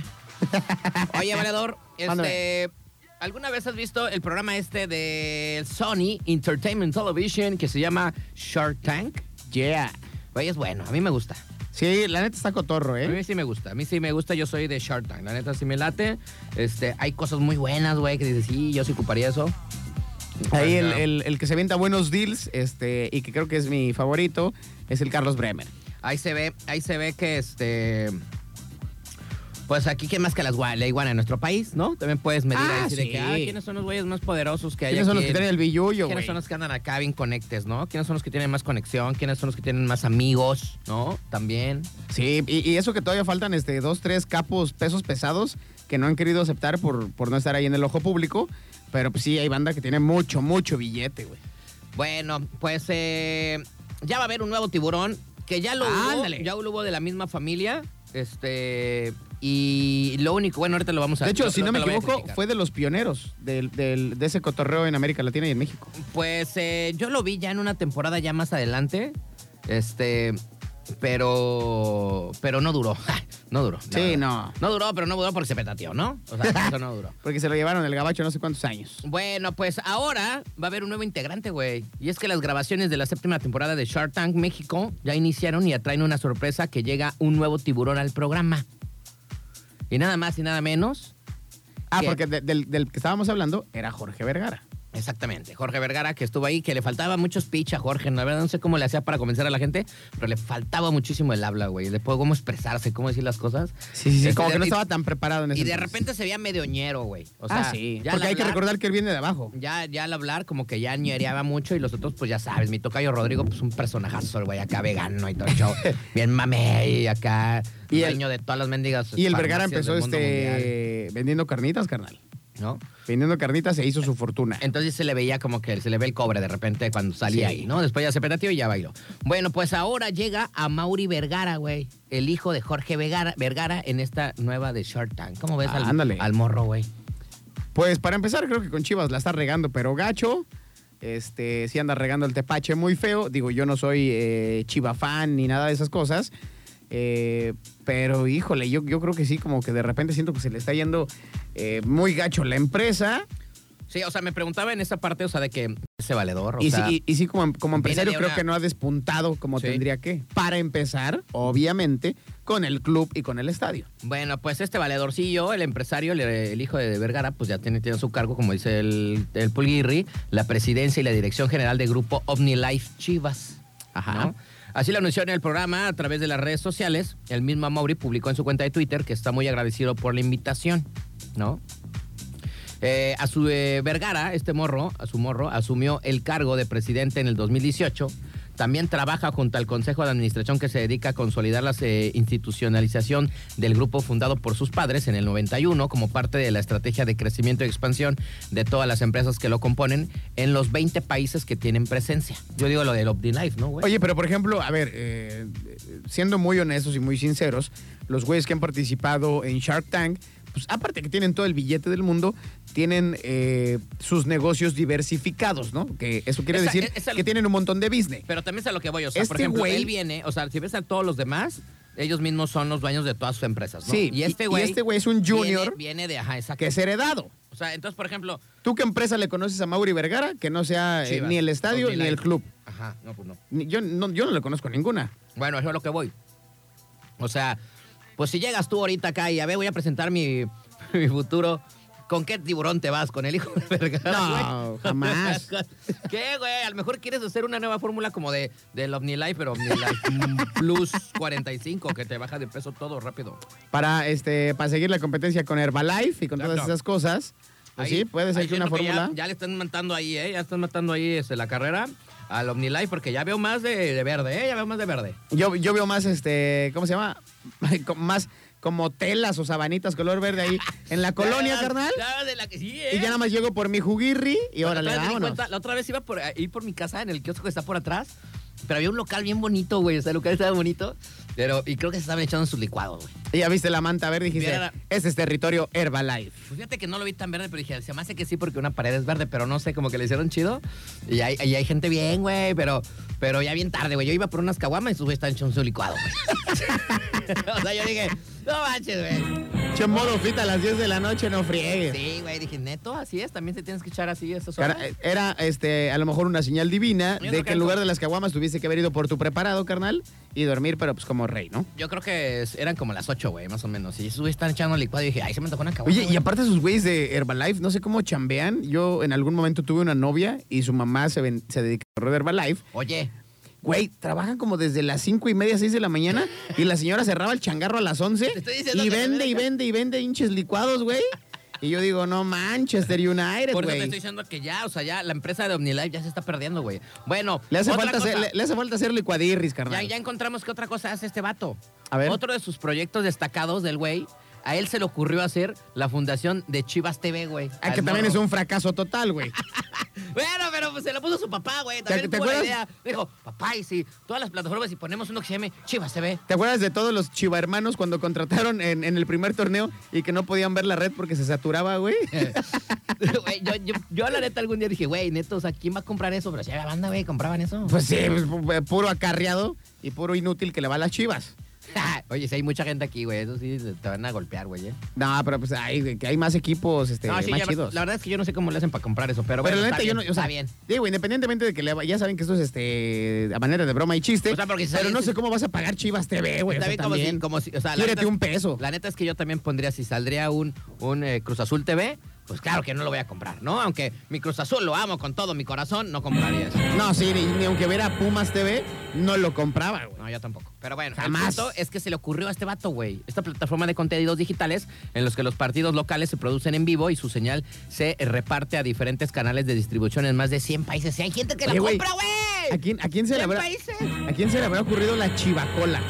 Speaker 1: Oye, valedor, este.
Speaker 2: Mándame.
Speaker 1: ¿Alguna vez has visto el programa este de Sony Entertainment Television que se llama Shark Tank?
Speaker 2: Yeah.
Speaker 1: Oye, es bueno, a mí me gusta.
Speaker 2: Sí, la neta está cotorro,
Speaker 1: A
Speaker 2: ¿eh?
Speaker 1: mí sí me gusta, a mí sí me gusta, yo soy de Shark Tank, la neta sí me late. Este, hay cosas muy buenas, güey, que dices, sí, yo sí ocuparía eso.
Speaker 2: Ahí el,
Speaker 1: Ajá.
Speaker 2: el- el que se avienta buenos deals, este, y que creo que es mi favorito, es el Carlos Bremer.
Speaker 1: Ahí se ve, ahí se ve que este. Pues aquí, ¿qué más que las gua- la iguana en nuestro país, no? También puedes medir
Speaker 2: Ah,
Speaker 1: ahí así de
Speaker 2: sí.
Speaker 1: que, ah, ¿quiénes son los güeyes más poderosos que hay
Speaker 2: ¿Quiénes son los
Speaker 1: aquí
Speaker 2: que
Speaker 1: en-
Speaker 2: tienen el billullo,
Speaker 1: ¿Quiénes
Speaker 2: güey?
Speaker 1: son los que andan acá bien conectes, no? ¿Quiénes son los que tienen más conexión? ¿Quiénes son los que tienen más amigos, no? También.
Speaker 2: Sí, y, y eso que todavía faltan este, dos, tres capos, pesos pesados, que no han querido aceptar por, por no estar ahí en el ojo público. Pero pues sí, hay banda que tiene mucho, mucho billete, güey.
Speaker 1: Bueno, pues eh, ya va a haber un nuevo tiburón que ya lo
Speaker 2: Ándale.
Speaker 1: hubo, ya lo hubo de la misma familia, este y lo único, bueno, ahorita lo vamos a.
Speaker 2: De hecho,
Speaker 1: lo-
Speaker 2: si no
Speaker 1: ahorita
Speaker 2: me
Speaker 1: lo voy a
Speaker 2: equivoco,
Speaker 1: criticar.
Speaker 2: fue de los pioneros del- del- de ese cotorreo en América Latina y en México.
Speaker 1: Pues eh, yo lo vi ya en una temporada ya más adelante, este, pero pero no duró, no duró. la
Speaker 2: Sí,
Speaker 1: verdad.
Speaker 2: no.
Speaker 1: No duró, pero no duró porque se petateó, ¿no? O sea, eso no duró.
Speaker 2: Porque se lo llevaron el gabacho no sé cuántos años.
Speaker 1: Bueno, pues ahora va a haber un nuevo integrante, güey. Y es que las grabaciones de la séptima temporada de Shark Tank México ya iniciaron y atraen una sorpresa que llega un nuevo tiburón al programa. Y nada más y nada menos.
Speaker 2: Ah,
Speaker 1: ¿Qué?
Speaker 2: porque de- del, del que estábamos hablando era Jorge Vergara.
Speaker 1: Exactamente, Jorge Vergara que estuvo ahí, que le faltaba mucho speech a Jorge, la verdad no sé cómo le hacía para convencer a la gente, pero le faltaba muchísimo el habla, güey, de cómo expresarse, cómo decir las cosas.
Speaker 2: Sí, sí,
Speaker 1: Este,
Speaker 2: Como que no
Speaker 1: y-
Speaker 2: estaba tan preparado en ese
Speaker 1: Y de
Speaker 2: entonces.
Speaker 1: repente se veía medio ñero, güey. O sea,
Speaker 2: ah, sí.
Speaker 1: ya al
Speaker 2: Porque hay que
Speaker 1: hablar-
Speaker 2: recordar que él viene de abajo.
Speaker 1: Ya, ya al hablar, como que ya ñereaba mucho y los otros, pues ya sabes, mi tocayo Rodrigo, pues un personajazo, el güey, acá vegano y todo el show. Bien mame y acá
Speaker 2: Y el-
Speaker 1: dueño de todas las mendigas.
Speaker 2: Y el Vergara
Speaker 1: farmacias
Speaker 2: empezó
Speaker 1: del mundo
Speaker 2: este vendiendo carnitas, carnal.
Speaker 1: mundial, ¿no?
Speaker 2: Vendiendo carnitas se hizo su fortuna.
Speaker 1: Entonces se le veía como que se le ve el cobre de repente cuando salía
Speaker 2: Sí.
Speaker 1: ahí, ¿no? Después ya se petateó y ya bailó. Bueno, pues ahora llega a Mauri Vergara, güey, el hijo de Jorge Vergara, Vergara en esta nueva de Short Tank. ¿Cómo ves
Speaker 2: Ah,
Speaker 1: al,
Speaker 2: ándale.
Speaker 1: al morro, güey?
Speaker 2: Pues para empezar, creo que con Chivas la está regando, pero gacho. Este, sí anda regando el tepache muy feo. Digo, yo no soy eh, Chiva fan ni nada de esas cosas. Eh, pero híjole, yo, yo creo que sí, como que de repente siento que se le está yendo eh, muy gacho la empresa.
Speaker 1: Sí, o sea, me preguntaba en esa parte, o sea, de que ese valedor, o
Speaker 2: y,
Speaker 1: sea,
Speaker 2: sí, y- y sí, como, como empresario,
Speaker 1: de
Speaker 2: creo
Speaker 1: una-
Speaker 2: que no ha despuntado como
Speaker 1: Sí.
Speaker 2: tendría que. Para empezar, obviamente, con el club y con el estadio.
Speaker 1: Bueno, pues este valedorcillo, el empresario, el, el hijo de Vergara, pues ya tiene, tiene a su cargo, como dice el, el Pulguirri, la presidencia y la dirección general del grupo OmniLife Chivas.
Speaker 2: Ajá.
Speaker 1: ¿no? Así lo anunció en el programa a través de las redes sociales. El mismo Amaury publicó en su cuenta de Twitter que está muy agradecido por la invitación, ¿no? Eh, a su eh, Vergara, este morro, a su morro, asumió el cargo de presidente en el 2018. También trabaja junto al Consejo de Administración que se dedica a consolidar la eh, institucionalización del grupo fundado por sus padres en el 91 como parte de la estrategia de crecimiento y expansión de todas las empresas que lo componen en los 20 países que tienen presencia. Yo digo lo del OptiLife, ¿no, güey?
Speaker 2: Oye, pero por ejemplo, a ver, eh, siendo muy honestos y muy sinceros, los güeyes que han participado en Shark Tank, pues aparte que tienen todo el billete del mundo, tienen eh, sus negocios diversificados, ¿no? Que eso quiere
Speaker 1: Esa-
Speaker 2: decir
Speaker 1: es- es algo-
Speaker 2: que tienen un montón de business.
Speaker 1: Pero también es a lo que voy, o sea, por
Speaker 2: Este
Speaker 1: ejemplo,
Speaker 2: güey-
Speaker 1: él viene, o sea, si ves a todos los demás, ellos mismos son los dueños de todas sus empresas, ¿no?
Speaker 2: Sí, y- y este güey es un junior
Speaker 1: Viene, viene de, ajá, exacto.
Speaker 2: que es heredado.
Speaker 1: O sea, entonces, por ejemplo...
Speaker 2: ¿Tú qué empresa le conoces a Mauri Vergara que no sea eh,
Speaker 1: Chivas,
Speaker 2: ni el estadio ni
Speaker 1: Omnilife.
Speaker 2: el club?
Speaker 1: Ajá, no, pues no.
Speaker 2: Ni- Yo no, yo no le conozco ninguna.
Speaker 1: Bueno, eso es lo que voy. O sea, pues si llegas tú ahorita acá y a ver, voy a presentar mi, mi futuro, ¿con qué tiburón te vas? ¿Con el hijo de Vergara?
Speaker 2: No,
Speaker 1: güey?
Speaker 2: jamás.
Speaker 1: ¿Qué, güey? A lo mejor quieres hacer una nueva fórmula como de, del OmniLife, pero OmniLife Plus 45, que te baja de peso todo rápido.
Speaker 2: Para, este, para seguir la competencia con Herbalife y con todas
Speaker 1: Exacto.
Speaker 2: esas cosas. Pues
Speaker 1: Ahí-
Speaker 2: sí, puede ser
Speaker 1: ahí
Speaker 2: que una
Speaker 1: siento ya-
Speaker 2: fórmula.
Speaker 1: Ya, le están matando ahí, ¿eh? Ya están matando ahí este, la carrera al OmniLife, porque ya veo más de, de verde, ¿eh? Ya veo más de verde.
Speaker 2: Yo, yo veo más, este, ¿cómo se llama? Co- más como telas o sabanitas color verde ahí en la colonia,
Speaker 1: Ya-
Speaker 2: carnal.
Speaker 1: ya de la que- sí, ¿eh?
Speaker 2: Y ya nada más llego por mi juguirri y
Speaker 1: Bueno,
Speaker 2: órale,
Speaker 1: otra vez me di
Speaker 2: vámonos.
Speaker 1: cuenta, la otra vez iba por ahí por mi casa, en el kiosco que está por atrás, pero había un local bien bonito, güey. O sea, el local estaba bonito, pero y creo que se estaban echando sus licuados, güey.
Speaker 2: Y ya viste la manta verde y dijiste,
Speaker 1: Mira la-
Speaker 2: este es territorio Herbalife.
Speaker 1: Pues fíjate que no lo vi tan verde, pero dije, se me hace que sí porque una pared es verde, pero no sé, como que le hicieron chido. Y hay, y hay gente bien, güey, pero, pero ya bien tarde, güey. Yo iba por unas caguamas y sus güeyes estaban echando su licuado, güey. o sea, yo dije, no manches, güey.
Speaker 2: Pinche morofita a las 10 de la noche, no friegues.
Speaker 1: Sí, güey, dije, neto, así es, también se tienes que echar así esas horas.
Speaker 2: Cara- eh. Era este, a lo mejor una señal divina
Speaker 1: Yo
Speaker 2: de
Speaker 1: creo
Speaker 2: que
Speaker 1: que
Speaker 2: en lugar
Speaker 1: eso-
Speaker 2: de las caguamas tuviste que haber ido por tu preparado, carnal, y dormir, pero pues como rey, ¿no?
Speaker 1: Yo creo que es- eran como las 8, güey, más o menos. Y esos güeyes están echando licuado y dije, ay, se me antojó una caguama.
Speaker 2: Oye, y aparte sus güeyes de Herbalife, no sé cómo chambean. Yo en algún momento tuve una novia y su mamá se, ven- se dedica a correr Herbalife.
Speaker 1: Oye,
Speaker 2: Güey, trabajan como desde las cinco y media, 6 de la mañana y la señora cerraba el changarro a las 11
Speaker 1: Te estoy diciendo
Speaker 2: y
Speaker 1: que la
Speaker 2: vende y
Speaker 1: verga.
Speaker 2: vende y vende hinches licuados, güey. Y yo digo, no, Manchester United,
Speaker 1: por eso te estoy
Speaker 2: Este güey.
Speaker 1: diciendo que ya, o sea, ya la empresa de OmniLife ya se está perdiendo, güey. Bueno,
Speaker 2: Le hace,
Speaker 1: otra
Speaker 2: falta hacer,
Speaker 1: cosa.
Speaker 2: le, le hace falta hacer licuadirris,
Speaker 1: Ya,
Speaker 2: carnal.
Speaker 1: ya encontramos qué otra cosa hace este vato.
Speaker 2: A ver.
Speaker 1: Otro de sus proyectos destacados del güey, a él se le ocurrió hacer la fundación de Chivas TV, güey.
Speaker 2: Ah,
Speaker 1: Al
Speaker 2: que también es
Speaker 1: morro.
Speaker 2: un fracaso total, güey.
Speaker 1: Bueno, pero pues se la puso su papá, güey. También
Speaker 2: te
Speaker 1: tuvo la
Speaker 2: acuerdas?
Speaker 1: idea. Dijo, papá, y si todas las plataformas y ponemos uno que se llame Chivas TV.
Speaker 2: ¿Te acuerdas de todos los chivahermanos cuando contrataron en, en el primer torneo y que no podían ver la red porque se saturaba, güey?
Speaker 1: Güey, yo, yo, yo la neta algún día dije, güey, neto, o sea, ¿quién va a comprar eso? Pero si había banda, güey, compraban eso.
Speaker 2: Pues sí, pues, pu- pu- puro acarreado y puro inútil que le va a las chivas.
Speaker 1: Oye, si hay mucha gente aquí, güey, eso sí te van a golpear, güey. ¿eh?
Speaker 2: No, pero pues ay, güey, que hay más equipos este,
Speaker 1: no, sí,
Speaker 2: más
Speaker 1: ya-
Speaker 2: chidos.
Speaker 1: la verdad es que yo no sé cómo le hacen para comprar eso, pero,
Speaker 2: pero
Speaker 1: bueno,
Speaker 2: la neta,
Speaker 1: está
Speaker 2: yo no.
Speaker 1: bien,
Speaker 2: o sea,
Speaker 1: está bien.
Speaker 2: Digo, independientemente de que le, ya saben que esto es este, a manera de broma y chiste.
Speaker 1: O sea, porque si
Speaker 2: pero
Speaker 1: sale-
Speaker 2: no sé cómo vas a pagar chivas TV, güey. o
Speaker 1: Está bien
Speaker 2: sea,
Speaker 1: como
Speaker 2: Pues también.
Speaker 1: si, como si- o sea, la
Speaker 2: Quiérete
Speaker 1: neta-
Speaker 2: un peso.
Speaker 1: La neta es que yo también pondría, si saldría un, un eh, Cruz Azul TV, pues claro que no lo voy a comprar, ¿no? Aunque mi Cruz Azul lo amo con todo mi corazón, no compraría eso.
Speaker 2: No, sí, ni, ni aunque viera Pumas TV, no lo compraba, güey.
Speaker 1: No, yo tampoco. Pero bueno,
Speaker 2: Jamás.
Speaker 1: el punto es que se le ocurrió a este vato, güey. Esta plataforma de contenidos digitales en los que los partidos locales se producen en vivo y su señal se eh, reparte a diferentes canales de distribución en más de 100 países. Y hay gente que
Speaker 2: Oye,
Speaker 1: la
Speaker 2: güey,
Speaker 1: compra, güey.
Speaker 2: ¿A quién, a quién se le
Speaker 1: 100
Speaker 2: habrá,
Speaker 1: países.
Speaker 2: ¿A quién se le habrá ocurrido la chivacola?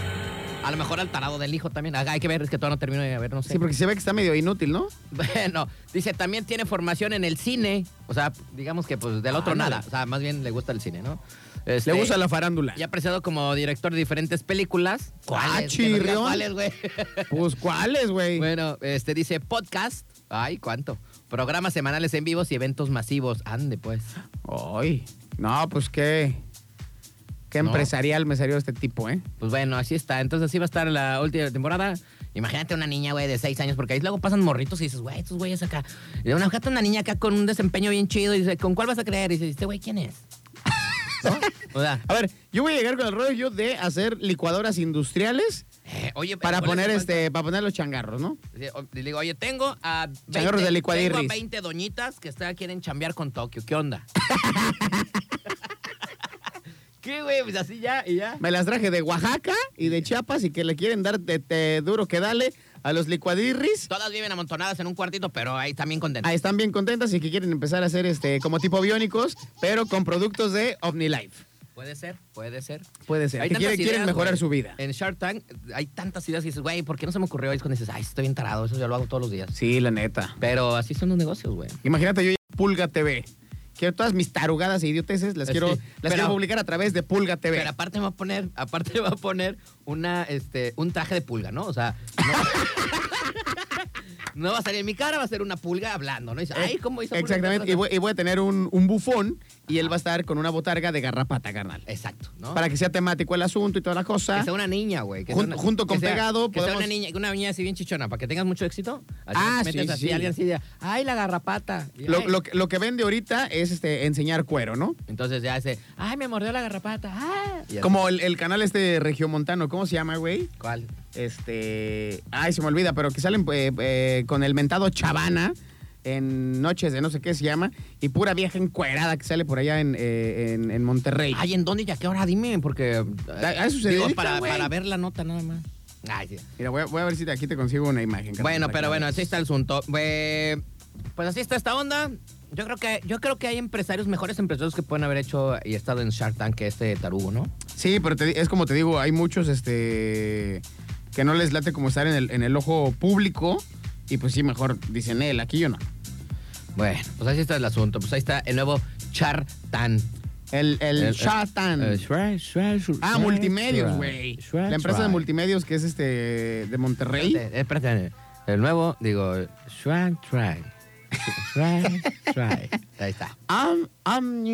Speaker 1: A lo mejor al tarado del hijo también. Ah, Hay que ver, es que todavía no termino de ver, no sé.
Speaker 2: Sí, porque se ve que está medio inútil, ¿no?
Speaker 1: Bueno, dice, también tiene formación en el cine. O sea, digamos que pues del otro
Speaker 2: Ah, Ándale.
Speaker 1: nada. O sea, más bien le gusta el cine, ¿no? Este,
Speaker 2: Le gusta la farándula.
Speaker 1: Y ha apreciado como director de diferentes películas.
Speaker 2: ¿Cuáles?
Speaker 1: Que no digas
Speaker 2: Chirrión.
Speaker 1: ¿Cuáles, güey?
Speaker 2: Pues, ¿cuáles, güey?
Speaker 1: Bueno, este dice podcast. Ay, cuánto. Programas semanales en vivos y eventos masivos. Ande, pues.
Speaker 2: Ay. No, pues qué. Qué
Speaker 1: No.
Speaker 2: empresarial me salió este tipo, ¿eh?
Speaker 1: Pues bueno, así está. Entonces así va a estar la última temporada. Imagínate una niña, güey, de seis años, porque ahí luego pasan morritos y dices, güey, estos güeyes acá. Y una, imagínate una niña acá con un desempeño bien chido y dice, ¿con cuál vas a creer? Y dice, este güey, ¿quién es? ¿No? O sea,
Speaker 2: A ver, yo voy a llegar con el rollo yo de hacer licuadoras industriales
Speaker 1: eh, oye,
Speaker 2: para
Speaker 1: ¿cuál es
Speaker 2: poner
Speaker 1: el
Speaker 2: este, para poner los changarros, ¿no?
Speaker 1: Sí, o- Le digo, oye, tengo a 20,
Speaker 2: Changarros de licuadirris.
Speaker 1: tengo a 20 doñitas que está- quieren chambear con Tokio. ¿Qué onda? ¿Qué, güey? Pues así ya y ya.
Speaker 2: Me las traje de Oaxaca y de Chiapas y que le quieren dar te- te duro que dale a los licuadirris.
Speaker 1: Todas viven amontonadas en un cuartito, pero ahí también contentas.
Speaker 2: Ah, están bien contentas y que quieren empezar a hacer este como tipo biónicos, pero con productos de OmniLife.
Speaker 1: Puede ser, puede ser.
Speaker 2: Puede ser.
Speaker 1: Hay
Speaker 2: Que
Speaker 1: tantas
Speaker 2: quieren, quieren
Speaker 1: ideas,
Speaker 2: mejorar
Speaker 1: güey.
Speaker 2: su vida.
Speaker 1: En Shark Tank hay tantas ideas que dices, güey, ¿por qué no se me ocurrió? Y es cuando dices, ay, estoy bien tarado, eso yo lo hago todos los días.
Speaker 2: Sí, la neta.
Speaker 1: Pero así son los negocios, güey.
Speaker 2: Imagínate yo Pulga TV. Quiero todas mis tarugadas e idioteces, las
Speaker 1: Sí,
Speaker 2: quiero las
Speaker 1: pero-
Speaker 2: quiero publicar a través de Pulga TV.
Speaker 1: Pero aparte me va a poner, aparte me va a poner una, este, un traje de pulga, ¿no? O sea, no, no va a salir mi cara, va a ser una pulga hablando, ¿no? Y dice, ay, ¿cómo hizo? pulga?
Speaker 2: Eh, Exactamente, y voy, y voy a tener un, un bufón y él va a estar con una botarga de garrapata, carnal.
Speaker 1: Exacto, ¿no?
Speaker 2: Para que sea temático el asunto y toda la cosa.
Speaker 1: que sea una niña, güey. que
Speaker 2: Jun-
Speaker 1: sea una-
Speaker 2: junto con
Speaker 1: que sea-
Speaker 2: pegado,
Speaker 1: que sea
Speaker 2: podemos-
Speaker 1: una niña, una niña así bien chichona, para que tengas mucho éxito. Así
Speaker 2: Ah,
Speaker 1: metes
Speaker 2: sí,
Speaker 1: así,
Speaker 2: sí.
Speaker 1: alguien así de, ay, la garrapata. Y,
Speaker 2: Lo,
Speaker 1: "Ay".
Speaker 2: lo que- lo que vende ahorita es este enseñar cuero, ¿no?
Speaker 1: Entonces ya hace, ay, me mordió la garrapata. ah". Y así.
Speaker 2: Como el, el canal este regiomontano, ¿cómo se llama, güey?
Speaker 1: ¿Cuál?
Speaker 2: Este. Ay, se me olvida, pero que salen eh, eh, con el mentado Chavana en Noches de no sé qué se llama y pura vieja encuerada que sale por allá en, eh, en- en Monterrey.
Speaker 1: Ay, ¿en dónde y a qué hora? Dime, porque... eh,
Speaker 2: a eso se dedican,
Speaker 1: para,
Speaker 2: güey.
Speaker 1: para ver la nota nada más. Ay, sí.
Speaker 2: Mira, voy a, voy a ver si de aquí te consigo una imagen. carnal,
Speaker 1: Bueno,
Speaker 2: para que
Speaker 1: pero
Speaker 2: la
Speaker 1: bueno,
Speaker 2: veas.
Speaker 1: así está el asunto. Eh, pues así está esta onda. Yo creo que yo creo que hay empresarios, mejores empresarios que pueden haber hecho y estado en Shark Tank que este tarugo, ¿no?
Speaker 2: Sí, pero te di- es como te digo, hay muchos este que no les late como estar en el, en el ojo público y pues sí, mejor dicen él, aquí yo no.
Speaker 1: Bueno, pues así está el asunto. Pues ahí está el nuevo Shark Tank.
Speaker 2: El, el,
Speaker 1: El-
Speaker 2: Shatan.
Speaker 1: Eh, Shrek, Shrek, Shrek,
Speaker 2: ah,
Speaker 1: Shrek,
Speaker 2: Multimedios,
Speaker 1: Shrek,
Speaker 2: güey.
Speaker 1: Shrek,
Speaker 2: La empresa de
Speaker 1: Shrek.
Speaker 2: Multimedios que es este de Monterrey.
Speaker 1: Espérate, espérate. El nuevo, digo, Shrek, Shrek, Shrek, Shrek. Ahí está.
Speaker 2: Am, am,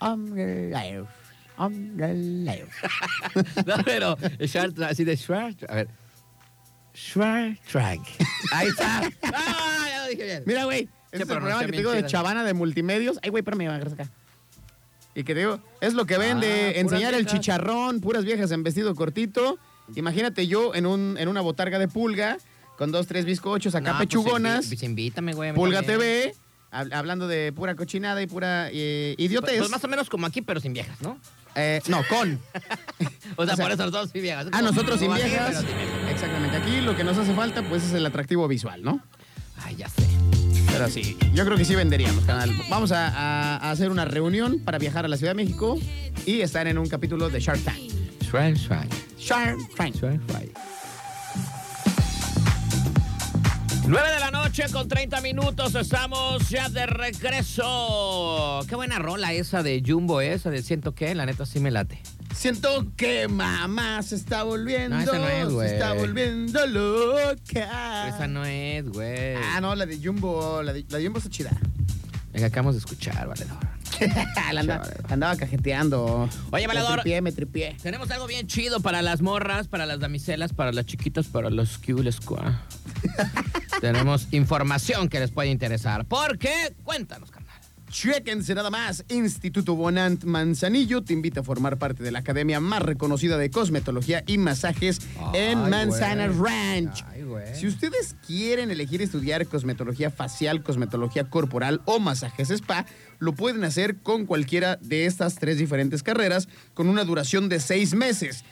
Speaker 2: am, life. Am, life.
Speaker 1: eh, No, pero Shark Tank, así de Shrek. A ver.
Speaker 3: Schwarzenegger.
Speaker 1: Ahí está. ¡Ah! Ya lo dije bien.
Speaker 2: Mira, güey,
Speaker 1: Se
Speaker 2: este es el programa
Speaker 1: pronuncia
Speaker 2: que te
Speaker 1: bien
Speaker 2: digo de
Speaker 1: chida.
Speaker 2: chavana de multimedios. Ay, güey, espérame, agarras acá. Y que te digo, es lo que ven
Speaker 1: Ah,
Speaker 2: de
Speaker 1: puras
Speaker 2: enseñar el
Speaker 1: viejas.
Speaker 2: chicharrón, puras viejas en vestido cortito. Imagínate yo en, un, en una botarga de pulga, con dos, tres bizcochos, acá
Speaker 1: No, pues,
Speaker 2: pechugonas,
Speaker 1: invi- Pues, invítame, güey. a mí
Speaker 2: Pulga
Speaker 1: también.
Speaker 2: TV, hab- hablando de pura cochinada y pura eh,
Speaker 1: Pues,
Speaker 2: idiotez.
Speaker 1: pues, más o menos como aquí, pero sin viejas, ¿no?
Speaker 2: Eh, no, con.
Speaker 1: O sea,
Speaker 2: O sea,
Speaker 1: por eso nosotros sin viejas.
Speaker 2: A nosotros sin
Speaker 1: Como aquí,
Speaker 2: viejas.
Speaker 1: pero sin viejas.
Speaker 2: Exactamente. Aquí lo que nos hace falta, pues, es el atractivo visual, ¿no?
Speaker 1: Ay, ya sé.
Speaker 2: Pero sí, yo creo que sí venderíamos, canal. Vamos a, a- a hacer una reunión para viajar a la Ciudad de México y estar en un capítulo de Shark Tank.
Speaker 1: Schwarzenegger.
Speaker 2: Shark Tank.
Speaker 1: 9 de la noche con 30 minutos, estamos ya de regreso. Qué buena rola esa de Jumbo, ¿eh? esa de siento que, la neta sí me late.
Speaker 2: Siento que mamá se está volviendo.
Speaker 1: No, esa no es, güey.
Speaker 2: se está volviendo loca.
Speaker 1: Esa no es, güey.
Speaker 2: Ah, no, la de Jumbo. La de, la de Jumbo está chida.
Speaker 1: La que acabamos de escuchar, valedor.
Speaker 2: la, anda- la andaba cajeteando.
Speaker 1: Oye,
Speaker 2: Me
Speaker 1: valedor.
Speaker 2: tripié, me tripié.
Speaker 1: Tenemos algo bien chido para las morras, para las damiselas, para las chiquitas, para los cules. cua. Tenemos información que les puede interesar. ¿Por qué? Cuéntanos, carnal.
Speaker 2: Chequense nada más. Instituto Bonant Manzanillo te invita a formar parte de la academia más reconocida de cosmetología y masajes en
Speaker 1: Ay,
Speaker 2: Manzana
Speaker 1: güey.
Speaker 2: Ranch.
Speaker 1: Ay, güey.
Speaker 2: Si ustedes quieren elegir estudiar cosmetología facial, cosmetología corporal o masajes spa, lo pueden hacer con cualquiera de estas tres diferentes carreras con una duración de seis meses.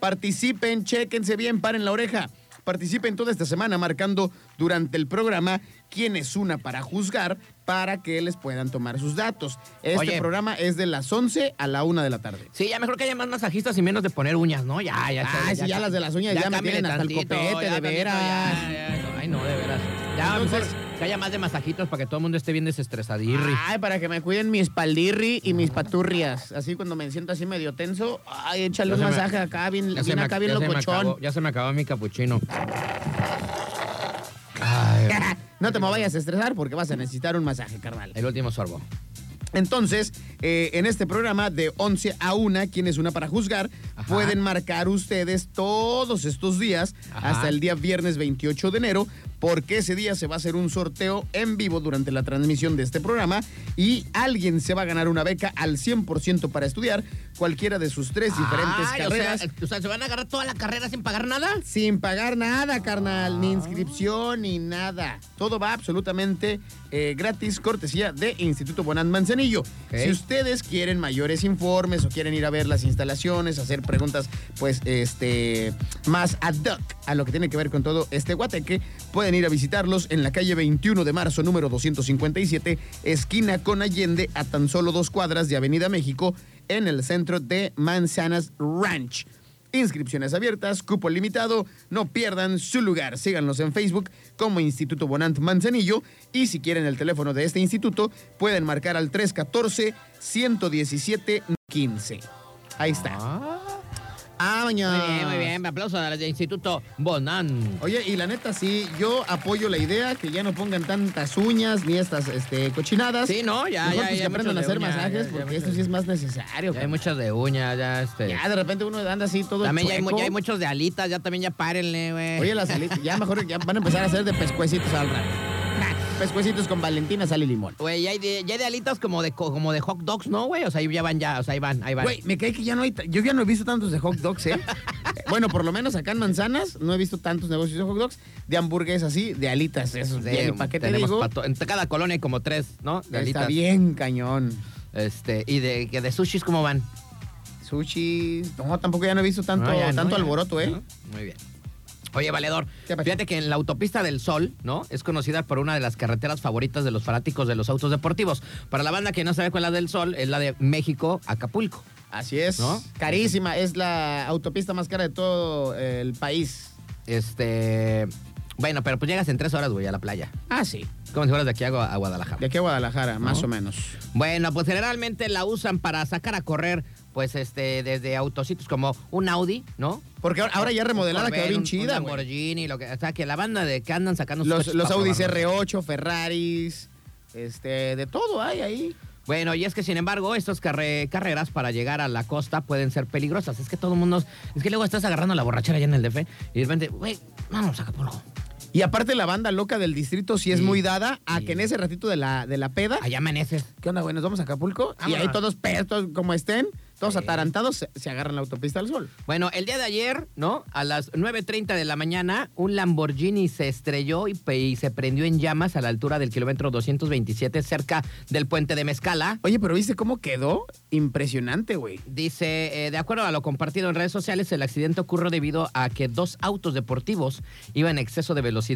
Speaker 2: Participen, chéquense bien, paren la oreja. Participen toda esta semana marcando durante el programa quién es una para juzgar para que les puedan tomar sus datos. Este
Speaker 1: Oye.
Speaker 2: programa es de las 11 a la 1 de la tarde.
Speaker 1: Sí, ya mejor que haya más masajistas y menos de poner uñas, ¿no? Ya, ya.
Speaker 2: Ay, Ah, sí, ya las de las uñas ya me
Speaker 1: cámbiale
Speaker 2: tienen hasta el copete, de
Speaker 1: tantito,
Speaker 2: veras.
Speaker 1: ya, ya. Ay, no, de veras. Ya,
Speaker 2: Entonces- Ah,
Speaker 1: mejor que haya más de masajitos para que todo el mundo esté bien desestresadirri.
Speaker 2: Ay, para que me cuiden mi espaldirri y mis paturrias. Así cuando me siento así medio tenso, ay, échale
Speaker 1: Ya
Speaker 2: un
Speaker 1: se me-
Speaker 2: masaje acá, bien,
Speaker 1: Ya se
Speaker 2: bien
Speaker 1: me-
Speaker 2: acá, bien
Speaker 1: ya se me
Speaker 2: locochón.
Speaker 1: acabó- Ya se me acabó mi capuchino.
Speaker 2: No te me vayas a estresar porque vas a necesitar un masaje, carnal.
Speaker 1: El último sorbo.
Speaker 2: Entonces, eh, en este programa de 11 a 1, ¿quién es una para juzgar?
Speaker 1: Ajá.
Speaker 2: Pueden marcar ustedes todos estos días
Speaker 1: Ajá.
Speaker 2: hasta el día viernes 28 de enero, porque ese día se va a hacer un sorteo en vivo durante la transmisión de este programa y alguien se va a ganar una beca al 100% para estudiar cualquiera de sus tres diferentes
Speaker 1: Ay, o sea,
Speaker 2: carreras.
Speaker 1: O sea, ¿se van a agarrar toda la carrera sin pagar nada?
Speaker 2: Sin pagar nada, carnal, ni inscripción, ni nada. Todo va absolutamente eh, gratis, cortesía de Instituto Bonán Manzanillo.
Speaker 1: Ok.
Speaker 2: Si ustedes quieren mayores informes o quieren ir a ver las instalaciones, hacer preguntas, pues, este, más ad hoc a lo que tiene que ver con todo este guateque, pueden ir a visitarlos en la calle 21 de marzo, número 257, esquina con Allende, a tan solo dos cuadras de Avenida México, en el centro de Manzanas Ranch. Inscripciones abiertas, cupo limitado, no pierdan su lugar. Síganlos en Facebook como Instituto Bonant Manzanillo y si quieren el teléfono de este instituto pueden marcar al 314-117-15. Ahí está.
Speaker 1: Ah,
Speaker 2: Ah,
Speaker 1: muy bien, muy bien. Aplausos a las del Instituto Bonan.
Speaker 2: Oye, y la neta sí, yo apoyo la idea que ya no pongan tantas uñas ni estas este, cochinadas.
Speaker 1: Sí, no, ya, ya,
Speaker 2: Mejor pues
Speaker 1: ya
Speaker 2: que
Speaker 1: hay
Speaker 2: aprendan a
Speaker 1: muchos
Speaker 2: hacer
Speaker 1: de uña, ya,
Speaker 2: masajes
Speaker 1: ya
Speaker 2: porque
Speaker 1: hay
Speaker 2: esto sí es más necesario.
Speaker 1: Ya hay
Speaker 2: cabrón.
Speaker 1: muchas de uñas, ya este.
Speaker 2: Ya, de repente uno anda así todo
Speaker 1: también ya hay, mu-
Speaker 2: chueco.
Speaker 1: ya hay muchos de alitas, ya también ya párenle, güey.
Speaker 2: Oye, las alitas, ya mejor ya van a empezar a hacer de pescuecitos al rato. Pescuecitos con Valentina, sal y limón.
Speaker 1: Güey, ya hay de, ya hay de alitas como de, co- como de hot dogs, ¿no, güey? O sea, ahí ya van, ya, o sea, ahí van, ahí van.
Speaker 2: Güey, me cae que ya no hay. ta- Yo ya no he visto tantos de hot dogs, ¿eh? bueno, por lo menos acá en Manzanas no he visto tantos negocios de hot dogs, de hamburguesas así, de alitas, esos.
Speaker 1: Sí,
Speaker 2: De, ¿Para qué te
Speaker 1: tenemos
Speaker 2: digo?
Speaker 1: pa' to- en cada colonia hay como tres, ¿no? De
Speaker 2: Está
Speaker 1: alitas.
Speaker 2: bien cañón.
Speaker 1: Este, y de, que de sushis, ¿cómo van?
Speaker 2: Sushi. No, tampoco ya no he visto tanto,
Speaker 1: No, ya no,
Speaker 2: tanto
Speaker 1: ya
Speaker 2: alboroto,
Speaker 1: no.
Speaker 2: ¿eh?
Speaker 1: ¿No? Muy bien. Oye, Valedor,
Speaker 2: ¿Qué pasó?
Speaker 1: fíjate que en la autopista del Sol, ¿no? Es conocida por una de las carreteras favoritas de los fanáticos de los autos deportivos. Para la banda que no sabe cuál es la del Sol, es la de México-Acapulco.
Speaker 2: Así es.
Speaker 1: ¿No?
Speaker 2: Carísima. Es la autopista más cara de todo el país.
Speaker 1: Este. Bueno, pero pues llegas en tres horas, güey, a la playa.
Speaker 2: Ah, sí.
Speaker 1: Como si fueras de aquí a, Gua- a
Speaker 2: De
Speaker 1: Guadalajara.
Speaker 2: aquí a Guadalajara, más o menos.
Speaker 1: Bueno, pues generalmente la usan para sacar a correr, pues, este, desde autocitos como un Audi, ¿no?
Speaker 2: Porque ahora, ahora ya remodelada
Speaker 1: Un
Speaker 2: quedó bien
Speaker 1: Corvette, un-
Speaker 2: chida,
Speaker 1: Un
Speaker 2: güey.
Speaker 1: Lamborghini, lo que. O sea, que la banda de que andan sacando sus
Speaker 2: Los,
Speaker 1: coches
Speaker 2: los
Speaker 1: para
Speaker 2: Audi
Speaker 1: probarlos.
Speaker 2: R8, Ferraris, este, de todo hay ahí.
Speaker 1: Bueno, y es que sin embargo, estas carre- carreras para llegar a la costa pueden ser peligrosas. Es que todo el mundo. Es que luego estás agarrando la borrachera allá en el DF y de repente, güey, vamos a Acapulco.
Speaker 2: Y aparte la banda loca del distrito sí es
Speaker 1: Sí.
Speaker 2: muy dada a
Speaker 1: Sí.
Speaker 2: que en ese ratito de la, de la peda,
Speaker 1: Allá amaneces.
Speaker 2: ¿qué onda, güey? Nos vamos a Acapulco y ahí
Speaker 1: Vámonos.
Speaker 2: todos pedos, como estén, todos
Speaker 1: Sí.
Speaker 2: atarantados, se, se agarran la autopista al sol.
Speaker 1: Bueno, el día de ayer, ¿no? A las 9.30 de la mañana, un Lamborghini se estrelló y, pe- y se prendió en llamas a la altura del kilómetro 227 cerca del puente de Mezcala.
Speaker 2: Oye, pero ¿viste cómo quedó? Impresionante, güey.
Speaker 1: Dice, eh, de acuerdo a lo compartido en redes sociales, el accidente ocurrió debido a que dos autos deportivos iban en exceso de velocidad.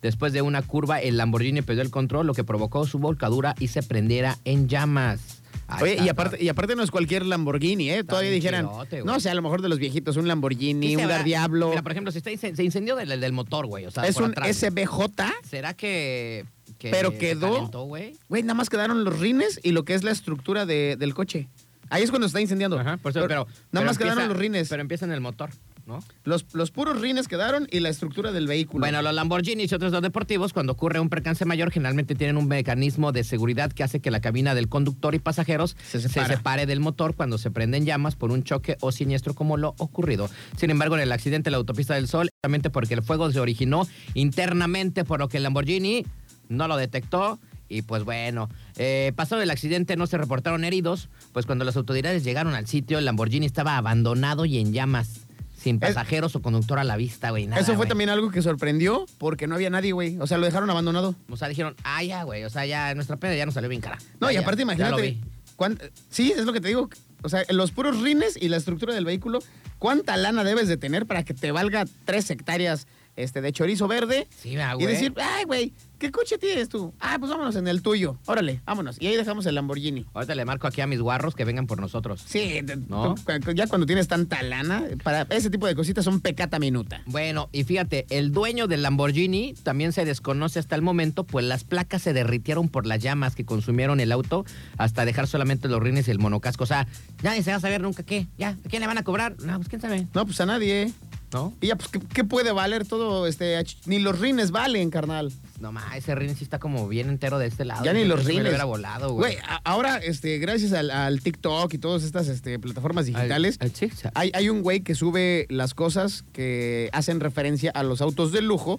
Speaker 1: Después de una curva, el Lamborghini perdió el control, lo que provocó su volcadura y se prendiera en llamas. Ahí
Speaker 2: Oye,
Speaker 1: está,
Speaker 2: y aparte, y aparte no es cualquier Lamborghini, ¿eh? Todavía
Speaker 1: bien
Speaker 2: dijeran,
Speaker 1: chidote, güey.
Speaker 2: no sé, a lo mejor de los viejitos, un Lamborghini,
Speaker 1: Sí
Speaker 2: un
Speaker 1: se habrá-
Speaker 2: Diablo.
Speaker 1: Mira, por ejemplo, si está ince- se incendió del, del motor, güey. O sea,
Speaker 2: es
Speaker 1: por
Speaker 2: un
Speaker 1: atrás.
Speaker 2: SBJ.
Speaker 1: ¿Será que, que
Speaker 2: Pero
Speaker 1: se
Speaker 2: quedó.
Speaker 1: calentó, güey?
Speaker 2: Güey, nada más quedaron los rines y lo que es la estructura de- del coche. Ahí es cuando se está incendiando.
Speaker 1: Ajá, por eso, pero,
Speaker 2: nada
Speaker 1: pero
Speaker 2: más quedaron
Speaker 1: empieza-
Speaker 2: los rines.
Speaker 1: Pero empieza en el motor, ¿no?
Speaker 2: Los, los puros rines quedaron y la estructura del vehículo.
Speaker 1: Bueno, los Lamborghinis y otros dos deportivos, cuando ocurre un percance mayor, generalmente tienen un mecanismo de seguridad que hace que la cabina del conductor y pasajeros
Speaker 2: Se separa.
Speaker 1: separe del motor cuando se prenden llamas por un choque o siniestro como lo ocurrido. Sin embargo, en el accidente de la autopista del Sol, exactamente porque el fuego se originó internamente, por lo que el Lamborghini no lo detectó. Y pues bueno, eh, pasado el accidente no se reportaron heridos, pues cuando las autoridades llegaron al sitio, el Lamborghini estaba abandonado y en llamas, sin pasajeros o conductor a la vista, güey. nada,
Speaker 2: Eso fue
Speaker 1: güey.
Speaker 2: también algo que sorprendió porque no había nadie, güey. O sea, lo dejaron abandonado.
Speaker 1: O sea, dijeron, ah, ya, güey. O sea, ya nuestra peda ya nos salió bien cara.
Speaker 2: No,
Speaker 1: Ya,
Speaker 2: y
Speaker 1: ya,
Speaker 2: aparte,
Speaker 1: ya lo
Speaker 2: imagínate.
Speaker 1: vi.
Speaker 2: cuán- sí, es lo que te digo. O sea, los puros rines y la estructura del vehículo, ¿cuánta lana debes de tener para que te valga tres hectáreas este, de chorizo verde?
Speaker 1: Sí, va,
Speaker 2: y
Speaker 1: güey.
Speaker 2: decir, ay, güey, ¿qué coche tienes tú? Ah, pues vámonos en el tuyo. Órale, vámonos. Y ahí dejamos el Lamborghini.
Speaker 1: Ahorita le marco aquí a mis guarros que vengan por nosotros.
Speaker 2: Sí, de-
Speaker 1: ¿No?
Speaker 2: tú, cu- ya cuando tienes tanta lana, para ese tipo de cositas son pecata minuta.
Speaker 1: Bueno, y fíjate, el dueño del Lamborghini también se desconoce hasta el momento, pues las placas se derritieron por las llamas que consumieron el auto hasta dejar solamente los rines y el monocasco. O sea, nadie se va a saber nunca qué. Ya, ¿a quién le van a cobrar? No, pues quién sabe,
Speaker 2: No, pues a nadie.
Speaker 1: ¿no?
Speaker 2: Y ya, pues, ¿qué, qué puede valer todo este? ach- Ni los rines valen, carnal.
Speaker 1: No, ma, ese rin sí está como bien entero de este lado.
Speaker 2: Ya ni
Speaker 1: Yo
Speaker 2: los
Speaker 1: creo que me
Speaker 2: rines.
Speaker 1: lo hubiera volado,
Speaker 2: Güey,
Speaker 1: güey.
Speaker 2: a- ahora, este, gracias al, al TikTok y todas estas este, plataformas digitales,
Speaker 1: Al- al zigzag.
Speaker 2: hay, hay un güey que sube las cosas que hacen referencia a los autos de lujo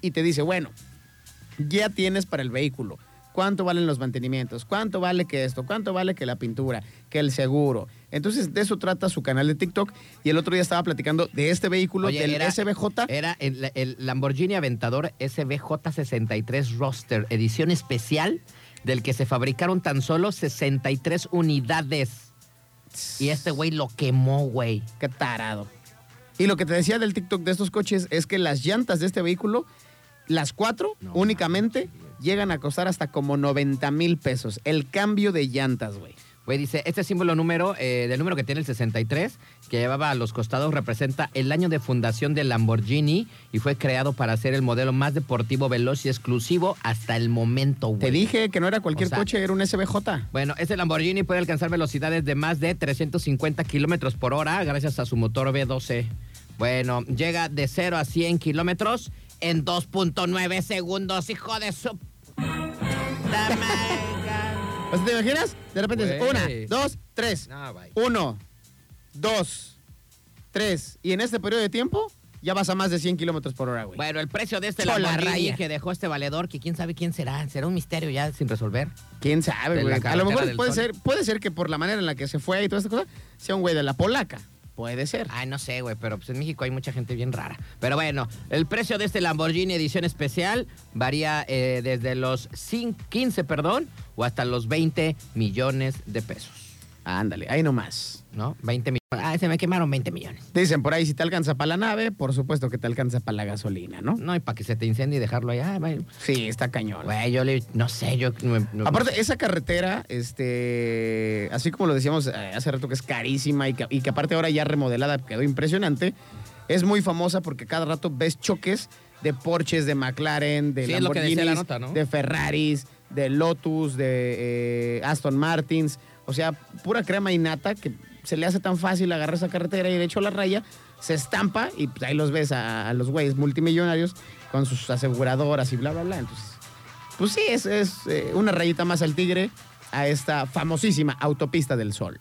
Speaker 2: y te dice, bueno, ya tienes para el vehículo. ¿Cuánto valen los mantenimientos? ¿Cuánto vale que esto? ¿Cuánto vale que la pintura? ¿Que el seguro? Entonces, de eso trata su canal de TikTok. Y el otro día estaba platicando de este vehículo,
Speaker 1: Oye,
Speaker 2: del
Speaker 1: era-
Speaker 2: SBJ.
Speaker 1: Era el, el Lamborghini Aventador SBJ63 Roster, edición especial, del que se fabricaron tan solo 63 unidades. Y este güey lo quemó, güey.
Speaker 2: Qué tarado. Y lo que te decía del TikTok de estos coches es que las llantas de este vehículo, las cuatro
Speaker 1: No,
Speaker 2: únicamente,
Speaker 1: mames,
Speaker 2: llegan a costar hasta como 90 mil pesos. El cambio de llantas, güey.
Speaker 1: Güey, dice, este símbolo número, eh, del número que tiene el 63, que llevaba a los costados, representa el año de fundación del Lamborghini y fue creado para ser el modelo más deportivo, veloz y exclusivo hasta el momento, güey.
Speaker 2: Te dije que no era
Speaker 1: O
Speaker 2: cualquier
Speaker 1: sea-
Speaker 2: coche, era un SBJ.
Speaker 1: Bueno, este Lamborghini puede alcanzar velocidades de más de 350 kilómetros por hora gracias a su motor V12. Bueno, llega de 0 a 100 kilómetros en 2.9 segundos, hijo de su... Tamaica.
Speaker 2: O sea, ¿te imaginas? De repente, dices,
Speaker 1: Güey.
Speaker 2: una, dos, tres.
Speaker 1: No, güey.
Speaker 2: Uno, dos, tres. Y en este periodo de tiempo, ya vas a más de 100 kilómetros por hora, güey.
Speaker 1: Bueno, el precio de este
Speaker 2: Chola
Speaker 1: Lamborghini
Speaker 2: raya.
Speaker 1: que dejó este valedor, que quién sabe quién será, será un misterio ya sin resolver.
Speaker 2: ¿Quién
Speaker 1: De
Speaker 2: sabe,
Speaker 1: la
Speaker 2: güey? A
Speaker 1: carretera
Speaker 2: lo mejor
Speaker 1: del
Speaker 2: puede
Speaker 1: sol.
Speaker 2: ser, puede ser que por la manera en la que se fue y toda esta cosa, sea un güey de la polaca. Puede ser.
Speaker 1: Ay, no sé, güey, pero pues en México hay mucha gente bien rara. Pero bueno, el precio de este Lamborghini edición especial varía eh, desde los cin- 15, perdón, o hasta los 20 millones de pesos,
Speaker 2: Ándale, ahí nomás.
Speaker 1: ¿no? 20 millones. Ah, se me quemaron 20 millones.
Speaker 2: Dicen por ahí, si te alcanza para la nave, por supuesto que te alcanza para la gasolina, ¿no?
Speaker 1: No, y para que se te incendie y dejarlo allá, güey.
Speaker 2: Sí, está cañón.
Speaker 1: Güey, yo le... No sé, yo... me- no-
Speaker 2: Aparte, esa carretera, este, así como lo decíamos eh, hace rato que es carísima y que, y que aparte ahora ya remodelada quedó impresionante, es muy famosa porque cada rato ves choques de Porsches, de McLaren, de
Speaker 1: Sí, es lo que
Speaker 2: Lamborghinis,
Speaker 1: decía la nota, ¿no?
Speaker 2: de Ferraris, de Lotus, de eh, Aston Martins, o sea, pura crema y nata que se le hace tan fácil agarrar esa carretera y de hecho la raya se estampa y pues, ahí los ves a, a los güeyes multimillonarios con sus aseguradoras y bla bla bla, entonces pues sí, es, es, eh, una rayita más al tigre a esta famosísima autopista del sol.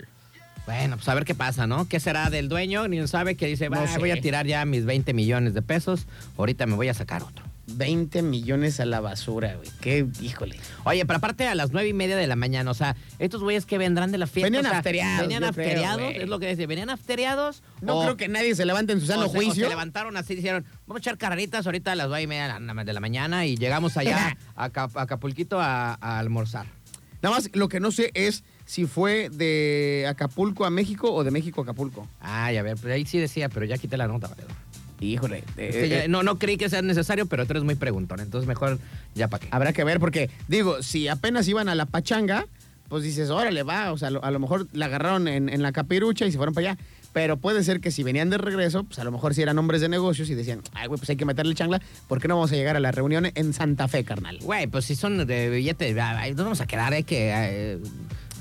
Speaker 1: Bueno, pues a ver qué pasa, ¿no? ¿Qué será del dueño? Ni sabe que dice,
Speaker 2: No
Speaker 1: "Bah,
Speaker 2: sé.
Speaker 1: voy a tirar ya mis 20 millones de pesos, ahorita me voy a sacar otro.
Speaker 2: 20 millones a la basura, güey. Qué, híjole.
Speaker 1: Oye, pero aparte a las nueve y media de la mañana, o sea, estos güeyes que vendrán de la fiesta.
Speaker 2: Venían
Speaker 1: o sea,
Speaker 2: afteriados,
Speaker 1: Venían
Speaker 2: yo creo,
Speaker 1: afteriados,
Speaker 2: güey.
Speaker 1: es lo que dice, venían afteriados.
Speaker 2: No
Speaker 1: o-
Speaker 2: creo que nadie se levante en su sano
Speaker 1: o se- o
Speaker 2: juicio.
Speaker 1: se levantaron así, dijeron, vamos a echar carreritas ahorita a las nueve y media de la- de la mañana y llegamos allá a Acap- a Acapulquito a, a almorzar.
Speaker 2: Nada más, lo que no sé es si fue de Acapulco a México o de México a Acapulco.
Speaker 1: Ay, a ver, pues ahí sí decía, pero ya quité la nota, valedor.
Speaker 2: Híjole. eh,
Speaker 1: Es que ya- no, no creí que sea necesario, pero tú eres muy preguntón, entonces mejor ya para qué.
Speaker 2: Habrá que ver, porque digo, si apenas iban a la pachanga, pues dices, órale, va, o sea, lo- a lo mejor la agarraron en, en la capirucha y se fueron para allá. Pero puede ser que si venían de regreso, pues a lo mejor si eran hombres de negocios y decían, ay, güey, pues hay que meterle changla, ¿por qué no vamos a llegar a la reunión en Santa Fe, carnal?
Speaker 1: Güey, pues si son de billetes, ah, ahí nos vamos a quedar, hay que... eh,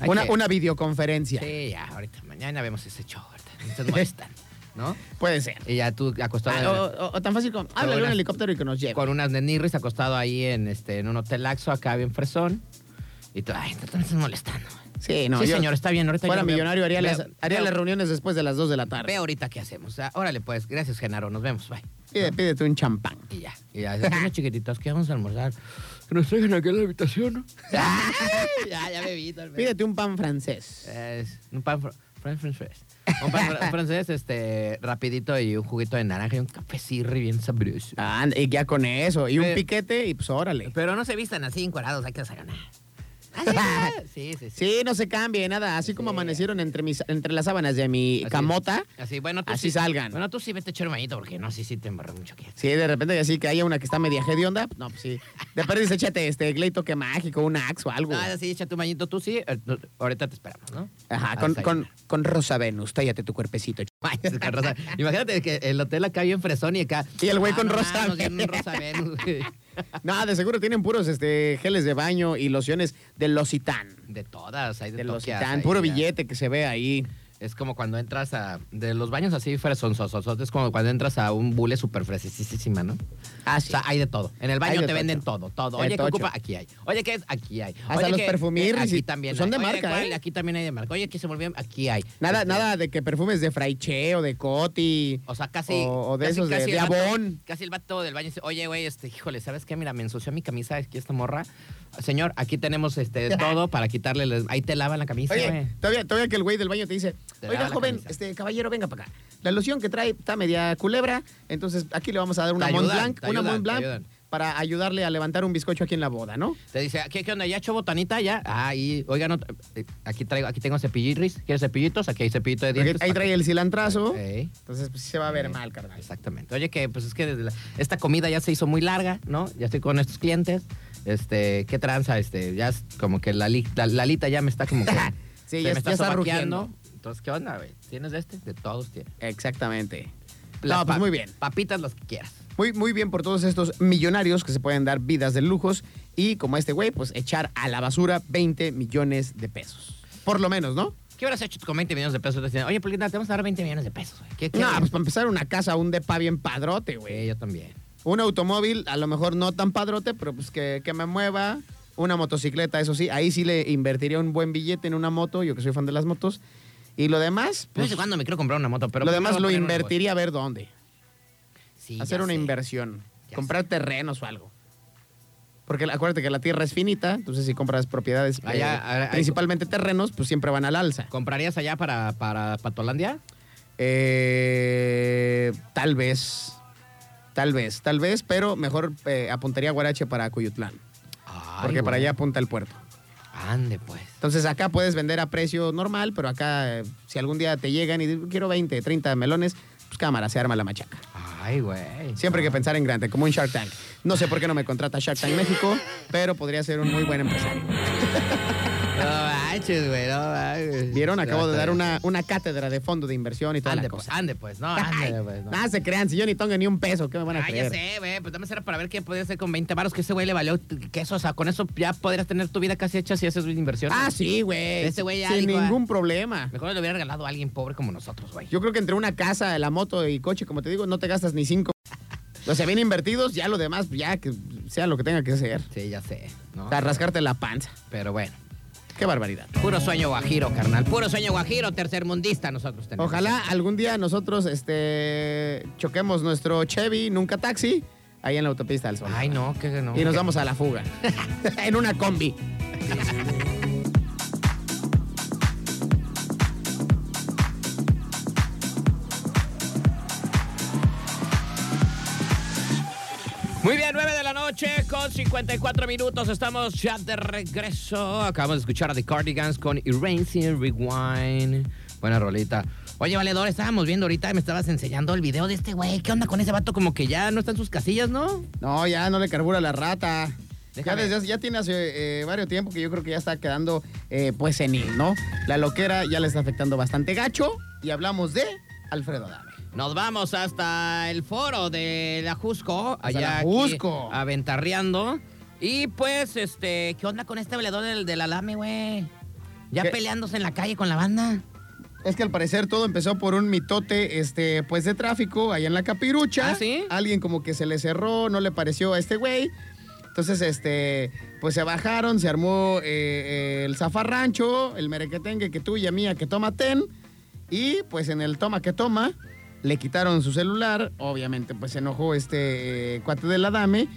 Speaker 1: hay
Speaker 2: Una,
Speaker 1: que-
Speaker 2: una videoconferencia.
Speaker 1: Sí, ya, ahorita, mañana vemos ese show, ahorita. No te molestan, ¿no?
Speaker 2: Puede ser.
Speaker 1: Y ya tú acostado
Speaker 2: Ah, o, o- o tan fácil como, háblale a un
Speaker 1: unas-
Speaker 2: helicóptero y que nos lleve.
Speaker 1: con unas nenirris acostado ahí en este en un hotel laxo acá bien fresón. Y tú, ay, no te me estás molestando.
Speaker 2: Sí, no,
Speaker 1: sí,
Speaker 2: yo-
Speaker 1: señor, está bien, ahorita
Speaker 2: Fuera
Speaker 1: yo veo-
Speaker 2: millonario, haría,
Speaker 1: veo-
Speaker 2: las, haría
Speaker 1: veo-
Speaker 2: las reuniones después de las 2 de la tarde.
Speaker 1: Ve ahorita qué hacemos. Ah, órale, pues, gracias, Genaro, nos vemos, bye.
Speaker 2: Pide, pídete un champán.
Speaker 1: Y ya, y ya, unos chiquititos, ¿qué vamos a almorzar? Que nos traigan aquí a la habitación, ¿no? ya, ya me vi, tal vez.
Speaker 2: Pídete un pan francés.
Speaker 1: Es un pan fr- fran- francés. Un pan fr- francés, este, rapidito y un juguito de naranja y un cafecirri bien sabroso.
Speaker 2: Ah, anda, y ya con eso. Y un
Speaker 1: Pero-
Speaker 2: piquete y pues órale.
Speaker 1: Pero no se vistan así encuadrados, hay que ganar. Así es. Sí, sí, sí.
Speaker 2: Sí, no se cambie, nada. Así como
Speaker 1: Sí.
Speaker 2: amanecieron entre, mis, entre las sábanas de mi
Speaker 1: Así-
Speaker 2: camota.
Speaker 1: Así, bueno, tú
Speaker 2: Así
Speaker 1: sí-
Speaker 2: salgan.
Speaker 1: Bueno, tú sí vete a echar un bañito porque no, sí, sí te embarré mucho aquí.
Speaker 2: Sí, de repente así que haya una que está media hedionda. No, pues sí. De perdiz échate este gleito que mágico, un axe o algo.
Speaker 1: No, así, Ah, echa tu bañito, tú sí. eh, no, Ahorita te esperamos, ¿no?
Speaker 2: Ajá,
Speaker 1: A
Speaker 2: con,
Speaker 1: desayunar.
Speaker 2: con, con Rosa Venus, tállate tu cuerpecito. ch-
Speaker 1: Ay, es con rosa. Imagínate que el hotel acá bien fresón y acá. Ah,
Speaker 2: Y el güey con rosa
Speaker 1: nos dieron un
Speaker 2: Venus.
Speaker 1: rosa Venus, güey.
Speaker 2: No, de seguro tienen puros este, geles de baño y lociones de L'Occitane.
Speaker 1: De todas, hay de,
Speaker 2: De
Speaker 1: toquias,
Speaker 2: L'Occitane,
Speaker 1: hay
Speaker 2: puro
Speaker 1: ya.
Speaker 2: billete que se ve ahí.
Speaker 1: Es como cuando entras a. De los baños así fresonzosos. Es como cuando entras a un bule súper fresísima, ¿no?
Speaker 2: Ah,
Speaker 1: O sea, hay de todo. En el
Speaker 2: Hay
Speaker 1: baño
Speaker 2: de
Speaker 1: te venden
Speaker 2: tocho.
Speaker 1: todo, todo.
Speaker 2: Hay
Speaker 1: Oye,
Speaker 2: de
Speaker 1: ¿qué
Speaker 2: tocho.
Speaker 1: ocupa? Aquí hay. Oye, ¿qué es? Aquí hay.
Speaker 2: Hasta
Speaker 1: Oye,
Speaker 2: los
Speaker 1: ¿qué-
Speaker 2: perfumirris
Speaker 1: Aquí
Speaker 2: y-
Speaker 1: también.
Speaker 2: son de
Speaker 1: hay. Oye,
Speaker 2: marca,
Speaker 1: ¿cuál?
Speaker 2: ¿eh?
Speaker 1: Aquí también hay de marca. Oye, ¿qué se volvió? Aquí hay.
Speaker 2: Nada,
Speaker 1: Este,
Speaker 2: nada de que perfumes de Fraiche o de Coti.
Speaker 1: O sea, casi.
Speaker 2: O, o de
Speaker 1: casi-
Speaker 2: esos de-
Speaker 1: casi
Speaker 2: de,
Speaker 1: el vato-
Speaker 2: Avon.
Speaker 1: Casi el vato del baño dice, oye, güey, este, híjole, ¿sabes qué? Mira, me ensució mi camisa aquí esta morra. Señor, aquí tenemos este todo para quitarle. las- Ahí te lavan la camisa, güey.
Speaker 2: Oye, todavía, todavía que el güey del baño te dice,
Speaker 1: Te
Speaker 2: oiga,
Speaker 1: lava la
Speaker 2: joven,
Speaker 1: camisa".
Speaker 2: este caballero, venga para acá. La loción que trae está media culebra, entonces aquí le vamos a dar una
Speaker 1: Te
Speaker 2: Mont
Speaker 1: ayudan,
Speaker 2: Blanc,
Speaker 1: te
Speaker 2: una
Speaker 1: ayudan, te
Speaker 2: Mont Blanc
Speaker 1: ayudan.
Speaker 2: para ayudarle a levantar un bizcocho aquí en la boda, ¿no?
Speaker 1: Te dice, ¿qué, qué onda? ¿Ya hecho botanita? Ya. Ah, Ahí, oigan, no- eh, aquí traigo, aquí tengo cepillitis. ¿Quieres cepillitos? Aquí hay cepillito de
Speaker 2: Porque
Speaker 1: dientes.
Speaker 2: ahí trae el cilantrazo,
Speaker 1: Ey,
Speaker 2: entonces pues, sí se va a ver
Speaker 1: ey,
Speaker 2: mal, carnal.
Speaker 1: Exactamente. Oye, que pues es que desde la- esta comida ya se hizo muy larga, ¿no? Ya estoy con estos clientes. Este, qué tranza, este, ya es como que la, li- la, la lita ya me está como que.
Speaker 2: Sí,
Speaker 1: se
Speaker 2: ya-
Speaker 1: me
Speaker 2: ya está
Speaker 1: sobaqueando.
Speaker 2: rugiendo.
Speaker 1: Entonces, ¿qué onda, güey? ¿Tienes de este? De todos tienes.
Speaker 2: Exactamente.
Speaker 1: Las
Speaker 2: no, pues
Speaker 1: pap-
Speaker 2: muy bien.
Speaker 1: Papitas las que quieras.
Speaker 2: Muy, muy bien por todos estos millonarios que se pueden dar vidas de lujos y como este güey, pues echar a la basura 20 millones de pesos. Por lo menos, ¿no?
Speaker 1: ¿Qué hubieras hecho con 20 millones de pesos? Te decían, Oye, Polina, te vamos a dar 20 millones de pesos, güey. ¿Qué, qué
Speaker 2: No, pues para empezar una casa, un depa bien padrote, güey.
Speaker 1: Güey, yo también.
Speaker 2: Un automóvil, a lo mejor no tan padrote, pero pues que, que me mueva. Una motocicleta, eso sí. Ahí sí le invertiría un buen billete en una moto, yo que soy fan de las motos. Y lo demás,
Speaker 1: No
Speaker 2: pues,
Speaker 1: sé cuándo me quiero comprar una moto, pero...
Speaker 2: lo
Speaker 1: primero
Speaker 2: demás
Speaker 1: voy a
Speaker 2: lo
Speaker 1: poner un
Speaker 2: invertiría a ver dónde.
Speaker 1: negocio. Sí,
Speaker 2: Hacer
Speaker 1: ya
Speaker 2: una
Speaker 1: sé.
Speaker 2: inversión.
Speaker 1: Ya
Speaker 2: comprar terrenos o algo. Porque la- acuérdate que la tierra es finita, entonces si compras propiedades,
Speaker 1: Allá,
Speaker 2: eh,
Speaker 1: ahora hay-
Speaker 2: principalmente terrenos, pues siempre van al alza.
Speaker 1: ¿Comprarías allá para, para Patolandia?
Speaker 2: Eh, tal vez. Tal vez, tal vez, pero mejor eh, apuntaría a Guarache para Cuyutlán. porque para allá apunta el puerto.
Speaker 1: Ande, pues.
Speaker 2: Entonces acá puedes vender a precio normal, pero acá eh, si algún día te llegan y dices, quiero 20, 30 melones, pues cámara, se arma la machaca.
Speaker 1: Ay, güey.
Speaker 2: Siempre hay que
Speaker 1: No.
Speaker 2: pensar en grande, como un Shark Tank. No sé por qué no me contrata Shark Tank México, pero podría ser un muy buen empresario.
Speaker 1: No manches, güey, no manches.
Speaker 2: Vieron, acabo
Speaker 1: No,
Speaker 2: de
Speaker 1: está
Speaker 2: dar
Speaker 1: bien.
Speaker 2: una, una cátedra de fondo de inversión y toda
Speaker 1: Ande,
Speaker 2: la
Speaker 1: pues,
Speaker 2: cosa.
Speaker 1: ande, pues, no,
Speaker 2: Ay,
Speaker 1: ande, pues. No.
Speaker 2: Nada se crean, si yo ni tengo ni un peso, ¿qué me van a
Speaker 1: Ah, ya
Speaker 2: creer?
Speaker 1: sé, güey, pues dame cera para ver qué podía hacer con 20 varos, que ese güey le valió queso, o sea, con eso ya podrías tener tu vida casi hecha si haces una inversión.
Speaker 2: Ah, sí, güey.
Speaker 1: Ese güey ya
Speaker 2: Sin
Speaker 1: dijo, ah.
Speaker 2: ningún problema.
Speaker 1: Mejor le hubiera regalado a alguien pobre como nosotros, güey.
Speaker 2: Yo creo que entre una casa, la moto y coche, como te digo, no te gastas ni cinco. O sea, bien invertidos, ya lo demás, ya que sea lo que tenga que ser.
Speaker 1: Sí, ya sé, ¿no?
Speaker 2: O sea, rascarte la panza.
Speaker 1: Pero bueno.
Speaker 2: Qué barbaridad.
Speaker 1: Puro sueño guajiro, carnal. Puro sueño guajiro, tercermundista nosotros tenemos.
Speaker 2: Ojalá algún día nosotros este, choquemos nuestro Chevy, nunca taxi, ahí en la autopista del sol.
Speaker 1: Ay, no, que no.
Speaker 2: y nos
Speaker 1: que-
Speaker 2: vamos a la fuga. en una combi.
Speaker 1: Muy bien, 9 de la noche con 54 minutos. Estamos ya de regreso. Acabamos de escuchar a The Cardigans con Erasing Rewind. Buena rolita. Oye, Valedor, estábamos viendo ahorita y me estabas enseñando el video de este güey. ¿Qué onda con ese vato? Como que ya no está en sus casillas, ¿no?
Speaker 2: No, ya no le carbura la rata. Ya,
Speaker 1: Déjame.
Speaker 2: desde hace- ya tiene hace eh, varios tiempo que yo creo que ya está quedando eh, pues senil, ¿no? La loquera ya le está afectando bastante gacho y hablamos de Alfredo Adame.
Speaker 1: Nos vamos hasta el foro de la Jusco,
Speaker 2: Hasta la
Speaker 1: allá
Speaker 2: Jusco.
Speaker 1: aquí, aventarreando. Y pues, este, ¿qué onda con este valedor del, del Alame, güey? Ya
Speaker 2: ¿Qué?
Speaker 1: peleándose en la calle con la banda.
Speaker 2: Es que al parecer todo empezó por un mitote, este, pues de tráfico allá en la capirucha.
Speaker 1: ¿Ah, sí?
Speaker 2: Alguien como que se le cerró, no le pareció a este güey. Entonces, este, pues se bajaron, se armó eh, eh, el zafarrancho, el merequetengue que tuya mía que toma ten. Y pues en el toma que toma, le quitaron su celular. Obviamente, pues se enojó este eh, cuate de la dame.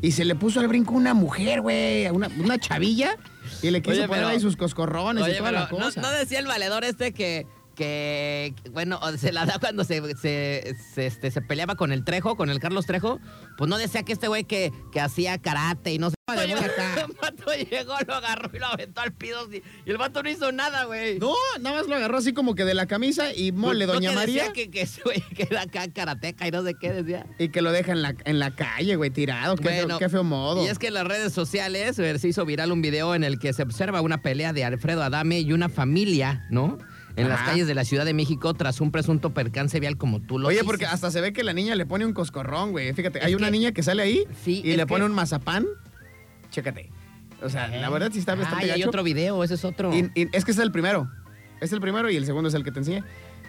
Speaker 2: Y se le puso al brinco una mujer, güey, una, una chavilla. Y le quiso
Speaker 1: Oye,
Speaker 2: poner
Speaker 1: pero-
Speaker 2: ahí sus coscorrones y
Speaker 1: Oye,
Speaker 2: toda la
Speaker 1: pero no-
Speaker 2: cosa.
Speaker 1: No, decía el valedor este que, que bueno, o se la da cuando se, se, se, este, se peleaba con el Trejo, con el Carlos Trejo. Pues no decía que este güey que, que hacía karate y no sé.
Speaker 2: Vale,
Speaker 1: Llegó-
Speaker 2: voy acá.
Speaker 1: el vato llegó, lo agarró y lo aventó al piso. Y y el vato no hizo nada, güey.
Speaker 2: No, nada más lo agarró así como que de la camisa y
Speaker 1: Pues,
Speaker 2: mole,
Speaker 1: ¿no
Speaker 2: doña
Speaker 1: que
Speaker 2: María.
Speaker 1: Decía que, que ese güey que era acá karateca y no sé qué decía.
Speaker 2: Y que lo deja en la, en la calle, güey, tirado. Qué, feo-
Speaker 1: Bueno,
Speaker 2: qué feo modo.
Speaker 1: Y es que en las redes sociales eh, se hizo viral un video en el que se observa una pelea de Alfredo Adame y una familia, ¿no? En las
Speaker 2: Ajá.
Speaker 1: calles de la Ciudad de México tras un presunto percance vial como tú lo
Speaker 2: Oye,
Speaker 1: dices.
Speaker 2: porque hasta se ve que la niña le pone un coscorrón, güey. Fíjate,
Speaker 1: Es
Speaker 2: hay una
Speaker 1: que-
Speaker 2: niña que sale ahí
Speaker 1: Sí,
Speaker 2: y
Speaker 1: es
Speaker 2: le pone
Speaker 1: que-
Speaker 2: un mazapán. Chécate. O sea, la verdad sí está bastante
Speaker 1: Eh. Ay, hay
Speaker 2: gacho.
Speaker 1: otro video, ese es otro.
Speaker 2: Y- y es que es el primero. Es el primero y el segundo es el que te enseñé.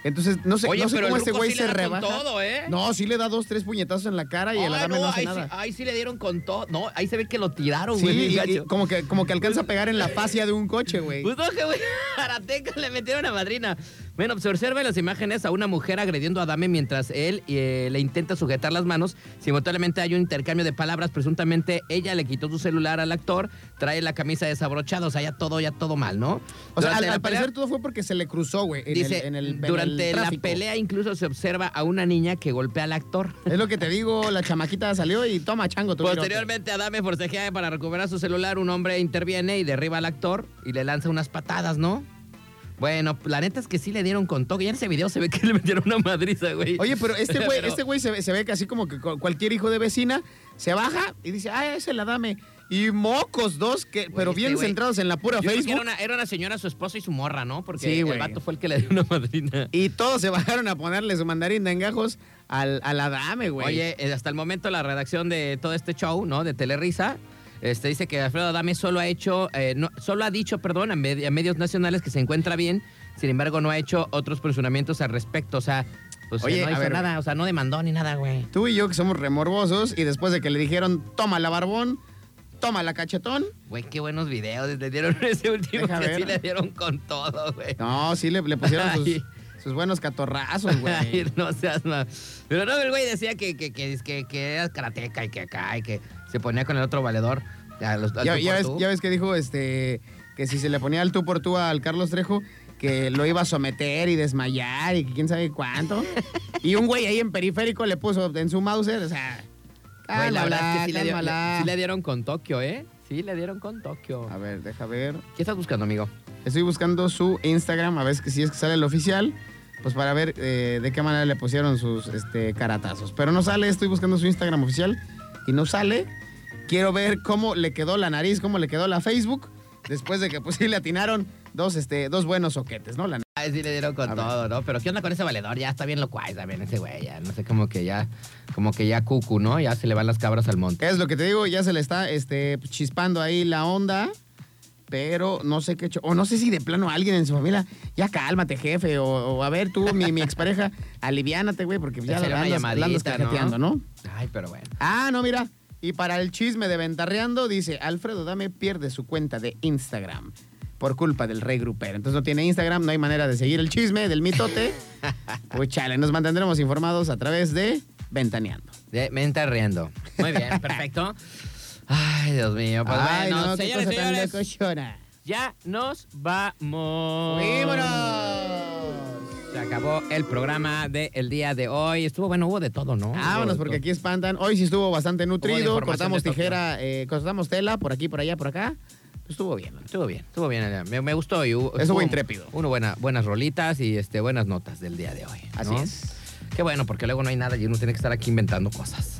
Speaker 2: Entonces, no sé,
Speaker 1: Oye,
Speaker 2: no sé
Speaker 1: pero
Speaker 2: cómo
Speaker 1: el
Speaker 2: este
Speaker 1: ruco
Speaker 2: güey
Speaker 1: sí
Speaker 2: se
Speaker 1: le da con
Speaker 2: rebaja.
Speaker 1: todo, ¿eh?
Speaker 2: No, sí le da dos, tres puñetazos en la cara y
Speaker 1: Ay,
Speaker 2: el adame no, hace
Speaker 1: ahí,
Speaker 2: nada.
Speaker 1: Sí, ahí sí le dieron con todo. No, ahí se ve que lo tiraron,
Speaker 2: Sí,
Speaker 1: güey. bien
Speaker 2: y- y
Speaker 1: gacho.
Speaker 2: como, que, como que alcanza a pegar en la fascia de un coche, güey.
Speaker 1: Pues no, que güey, Arateca le metieron a madrina. Bueno, se observa en las imágenes a una mujer agrediendo a Adame mientras él eh, le intenta sujetar las manos. Simultáneamente hay un intercambio de palabras. Presuntamente ella le quitó su celular al actor, trae la camisa desabrochada. O sea, ya todo, ya todo mal, ¿no?
Speaker 2: O sea,
Speaker 1: Durante
Speaker 2: al,
Speaker 1: la pelea-
Speaker 2: al parecer todo fue porque se le cruzó, güey. en
Speaker 1: Dice,
Speaker 2: el- en el- en el
Speaker 1: durante la
Speaker 2: tráfico.
Speaker 1: pelea incluso se observa a una niña que golpea al actor.
Speaker 2: Es lo que te digo, la chamaquita salió y toma chango. tu
Speaker 1: Posteriormente, Adame forcejea para recuperar su celular. Un hombre interviene y derriba al actor y le lanza unas patadas, ¿no? Bueno, la neta es que sí le dieron con toque. Ya en ese video se ve que le metieron una madriza, güey.
Speaker 2: virote. Oye, pero este güey,
Speaker 1: Pero-
Speaker 2: este güey se, ve- se ve que así como que cu- cualquier hijo de vecina se baja y dice, ah, ese la dame. Y mocos dos, que, pero
Speaker 1: este
Speaker 2: bien
Speaker 1: güey.
Speaker 2: centrados en la pura
Speaker 1: Yo creo que
Speaker 2: Facebook.
Speaker 1: Era una, era una señora, su esposo y su morra, ¿no? Porque
Speaker 2: Sí,
Speaker 1: el
Speaker 2: güey.
Speaker 1: vato fue el que le dio una madrina.
Speaker 2: Y todos se bajaron a ponerle su mandarina en gajos al, a la dame, güey.
Speaker 1: Oye, eh, hasta el momento la redacción de todo este show, ¿no? De Telerisa. Este, dice que Alfredo Adame solo ha hecho, eh, no- solo ha dicho, perdón, a, med- a medios nacionales que se encuentra bien, sin embargo no ha hecho otros presionamientos al respecto, o sea, pues eh,
Speaker 2: Oye,
Speaker 1: no
Speaker 2: a
Speaker 1: hizo
Speaker 2: ver.
Speaker 1: nada, o sea, no demandó ni nada, güey.
Speaker 2: Tú y yo que somos remorbosos y después de que le dijeron, toma la barbón, toma la cachetón.
Speaker 1: Güey, qué buenos videos le dieron ese último
Speaker 2: Deja
Speaker 1: que sí
Speaker 2: ver.
Speaker 1: le dieron con todo, güey.
Speaker 2: No, sí le, le pusieron sus,
Speaker 1: Ay.
Speaker 2: sus buenos catorrazos, güey.
Speaker 1: Ay, no seas ma- Pero no, el güey decía que, que, que, que, que era karateca y que acá y que se ponía con el otro valedor. a los- al
Speaker 2: ya,
Speaker 1: tú
Speaker 2: ya
Speaker 1: por
Speaker 2: ves,
Speaker 1: tú.
Speaker 2: ya ves que dijo este que si se le ponía el tú por tú al Carlos Trejo, que lo iba a someter y desmayar y que quién sabe cuánto. Y un güey ahí en periférico le puso en su mouse, o sea,
Speaker 1: Güey, la verdad es que
Speaker 2: cálmala,
Speaker 1: sí le, dio-
Speaker 2: cálmala.
Speaker 1: le- sí le dieron con Tokio, ¿eh? Sí le dieron con Tokio.
Speaker 2: A ver, deja ver.
Speaker 1: ¿Qué estás buscando, amigo?
Speaker 2: Estoy buscando su Instagram, a ver si es que sale el oficial, pues para ver eh, de qué manera le pusieron sus este, caratazos. Pero no sale, estoy buscando su Instagram oficial y no sale. Quiero ver cómo le quedó la nariz, cómo le quedó la Facebook, después de que pues sí le atinaron dos, este, dos buenos soquetes, ¿no? La neta.
Speaker 1: Ah, sí le dieron con
Speaker 2: A ver.
Speaker 1: todo, ¿no? Pero ¿qué onda con ese valedor? Ya está bien locuaz también ese güey, ya no sé, como que ya, como que ya cucu, ¿no? Ya se le van las cabras al monte.
Speaker 2: es lo que te digo, ya se le está este, chispando ahí la onda, pero no sé qué... cho- O no sé si de plano alguien en su familia, ya cálmate, jefe, o, o a ver tú, mi, mi expareja, aliviánate, güey, porque ya
Speaker 1: Hacer
Speaker 2: la
Speaker 1: una
Speaker 2: andas, la andas
Speaker 1: llamadita, ¿no?
Speaker 2: cajeteando, ¿no?
Speaker 1: Ay, pero bueno.
Speaker 2: Ah, no, mira. Y para el chisme de Ventarreando, dice Alfredo Dame pierde su cuenta de Instagram. por culpa del rey grupero. Entonces no tiene Instagram, no hay manera de seguir el chisme del mitote. pues chale, nos mantendremos informados a través de Ventaneando.
Speaker 1: De- me está riendo. Muy bien, perfecto. Ay, Dios mío. Pues
Speaker 2: Ay,
Speaker 1: bueno,
Speaker 2: no, qué
Speaker 1: señores,
Speaker 2: cosa tan
Speaker 1: señores,
Speaker 2: locochona.
Speaker 1: ya nos vamos.
Speaker 2: ¡Vámonos!
Speaker 1: Se acabó el programa del día de hoy. Estuvo bueno, hubo de todo, ¿no?
Speaker 2: Vámonos, porque aquí espantan. Hoy sí estuvo bastante
Speaker 1: Hubo
Speaker 2: nutrido.
Speaker 1: de información
Speaker 2: Cortamos
Speaker 1: de todo.
Speaker 2: tijera, eh, cortamos tela por aquí, por allá, por acá. Estuvo bien. ¿no?
Speaker 1: Pues Estuvo bien, estuvo bien. Adrián. Me, me gustó. Y hubo,
Speaker 2: Eso
Speaker 1: estuvo
Speaker 2: fue intrépido.
Speaker 1: Uno buena, buenas rolitas y este, buenas notas del día de hoy. ¿no?
Speaker 2: Así es.
Speaker 1: Qué bueno, porque luego no hay nada y uno tiene que estar aquí inventando cosas.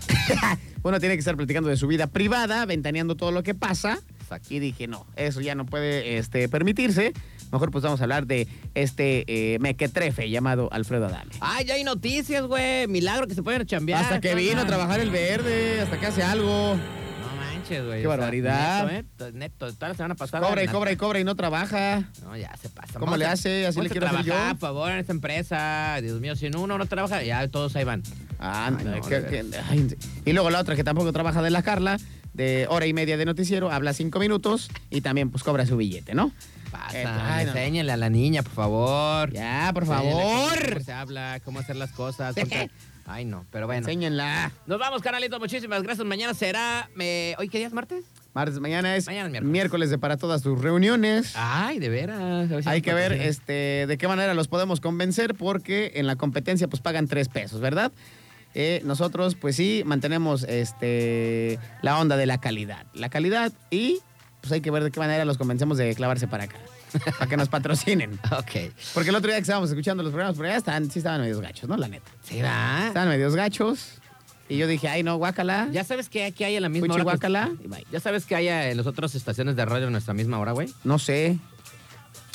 Speaker 2: Uno tiene que estar platicando de su vida privada, ventaneando todo lo que pasa.
Speaker 1: Exacto.
Speaker 2: Y dije, no, eso ya no puede este, permitirse. Mejor pues vamos a hablar de este eh, mequetrefe llamado Alfredo Adame.
Speaker 1: Ay, ya hay noticias, güey. Milagro que se pueden chambear.
Speaker 2: hasta que
Speaker 1: ¿Qué
Speaker 2: vino
Speaker 1: onda?
Speaker 2: a trabajar el verde, hasta que hace algo.
Speaker 1: No manches, güey.
Speaker 2: Qué
Speaker 1: O sea,
Speaker 2: barbaridad.
Speaker 1: Neto, ¿eh? Neto, toda la semana pasada.
Speaker 2: Cobra y
Speaker 1: nada.
Speaker 2: cobra y cobra y no trabaja.
Speaker 1: No, ya se pasa.
Speaker 2: ¿Cómo
Speaker 1: Vamos
Speaker 2: le
Speaker 1: a-
Speaker 2: hace? Así
Speaker 1: vamos
Speaker 2: le
Speaker 1: a
Speaker 2: quiero hacer yo.
Speaker 1: trabajar, por favor, en esta empresa. Dios mío, si uno no trabaja, ya todos ahí van.
Speaker 2: Ah,
Speaker 1: Ay, no,
Speaker 2: que-
Speaker 1: de
Speaker 2: que- ay, y luego la otra que tampoco trabaja de la Carla, de hora y media de noticiero, habla cinco minutos y también pues cobra su billete, ¿no? Eh,
Speaker 1: Pasa,
Speaker 2: ay, no, no.
Speaker 1: enséñale a la niña, por favor.
Speaker 2: Ya, por
Speaker 1: Enséñale
Speaker 2: favor.
Speaker 1: ¿Cómo se habla? ¿Cómo hacer las cosas? porque- Ay, no, pero bueno.
Speaker 2: Enséñenla.
Speaker 1: Nos vamos, canalito. Muchísimas gracias. Mañana será. eh, ¿Hoy qué día es martes?
Speaker 2: Martes, mañana es,
Speaker 1: Mañana es miércoles.
Speaker 2: miércoles. de para todas tus reuniones.
Speaker 1: Ay, de veras. A ver si
Speaker 2: Hay
Speaker 1: nos
Speaker 2: que ver
Speaker 1: patrocinan.
Speaker 2: este, de qué manera los podemos convencer porque en la competencia pues pagan tres pesos, ¿verdad? Eh, nosotros pues sí mantenemos este, la onda de la calidad. La calidad y pues hay que ver de qué manera los convencemos de clavarse para acá. para que nos patrocinen.
Speaker 1: Ok.
Speaker 2: Porque el otro día que estábamos escuchando los programas por allá estaban, sí estaban medios gachos, ¿no? La neta.
Speaker 1: ¿Será?
Speaker 2: Estaban medios gachos. Y yo dije, ay no, guácala.
Speaker 1: Ah. ¿Ya sabes qué aquí hay en la misma
Speaker 2: Fuchi,
Speaker 1: hora? que-
Speaker 2: guácala, y bye.
Speaker 1: ¿Ya sabes qué hay en las otras estaciones de radio en nuestra misma hora, güey?
Speaker 2: No sé.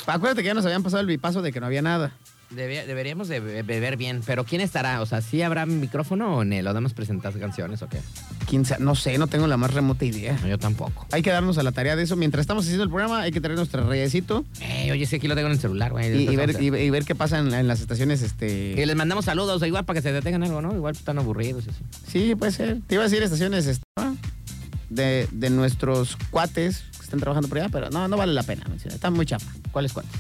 Speaker 2: Acuérdate que ya nos habían pasado el bipaso de que no había nada.
Speaker 1: Debe- deberíamos de be- beber bien, pero ¿quién estará? O sea, ¿sí habrá micrófono o no? ¿Lo damos presentar canciones o qué?
Speaker 2: ¿Quién sa- no sé, no tengo la más remota idea.
Speaker 1: No, yo tampoco.
Speaker 2: Hay que darnos a la tarea de eso. Mientras estamos haciendo el programa, hay que traer nuestro reyesito
Speaker 1: Ey, Eh, oye, sí, aquí lo tengo en el celular, güey.
Speaker 2: y, y
Speaker 1: Entonces,
Speaker 2: ver,
Speaker 1: vamos a-
Speaker 2: y, y ver qué pasa en, la- en las estaciones.
Speaker 1: Y
Speaker 2: Este...
Speaker 1: les mandamos saludos, igual para que se detengan algo, ¿no? Igual están aburridos. y Así.
Speaker 2: Sí, puede ser. Te iba a decir estaciones este, ¿no? de, de nuestros cuates que están trabajando por allá, pero no, no vale la pena. mencionar. Están muy chapa.
Speaker 1: ¿Cuáles cuántos?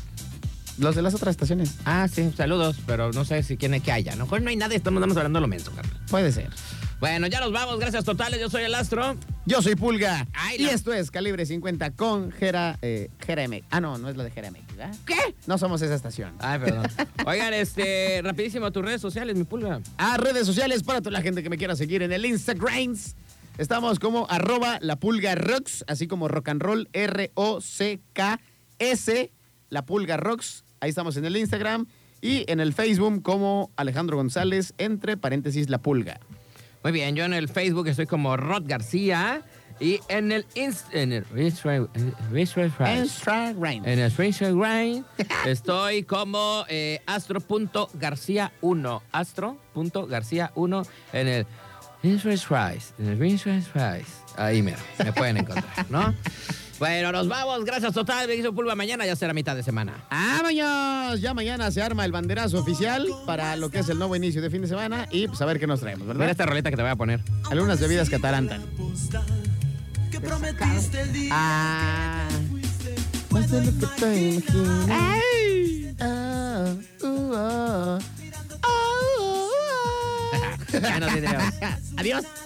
Speaker 2: Los de las otras estaciones.
Speaker 1: Ah, sí, saludos, pero no sé si quién es que haya. A lo mejor no hay nadie, estamos estamos hablando lo menso, carnal.
Speaker 2: Puede ser.
Speaker 1: Bueno, ya nos vamos, gracias totales, yo soy el astro.
Speaker 2: Yo soy Pulga.
Speaker 1: Ay,
Speaker 2: y
Speaker 1: la-
Speaker 2: esto es Calibre 50 con Jera, eh, Jera MX. Ah, no, no es la de Jera MX, ¿verdad?
Speaker 1: ¿Qué?
Speaker 2: No somos esa estación.
Speaker 1: Ay, perdón. Oigan, este, rapidísimo, tus redes sociales, mi pulga.
Speaker 2: a redes sociales para toda la gente que me quiera seguir en el Instagram. Estamos como arroba la pulga rocks, así como rock and roll, R-O-C-K-S, la pulga rocks. Ahí estamos en el Instagram y en el Facebook como Alejandro González, entre paréntesis la pulga.
Speaker 1: Muy bien, yo en el Facebook estoy como Rod García y en el Inst- en el Instagram
Speaker 2: Instagram.
Speaker 1: en el Instagram estoy como eh, astro.garcía1 astro.garcía1 en el Instagram en el Instagram ahí mira, me pueden encontrar, ¿no? Bueno, nos vamos, gracias total, me hizo pulva mañana, ya será mitad de semana.
Speaker 2: ¡Vámonos! Ya mañana se arma el banderazo oficial para lo que es el nuevo inicio de fin de semana y pues a ver qué nos traemos,
Speaker 1: Mira
Speaker 2: ¿verdad?
Speaker 1: esta roleta que te voy a poner.
Speaker 2: Algunas bebidas que atarantan.
Speaker 3: que prometiste el día
Speaker 2: Ah. Ah, uh, ah, ah, uh, ah.
Speaker 1: Ya nos iremos.
Speaker 2: Adiós.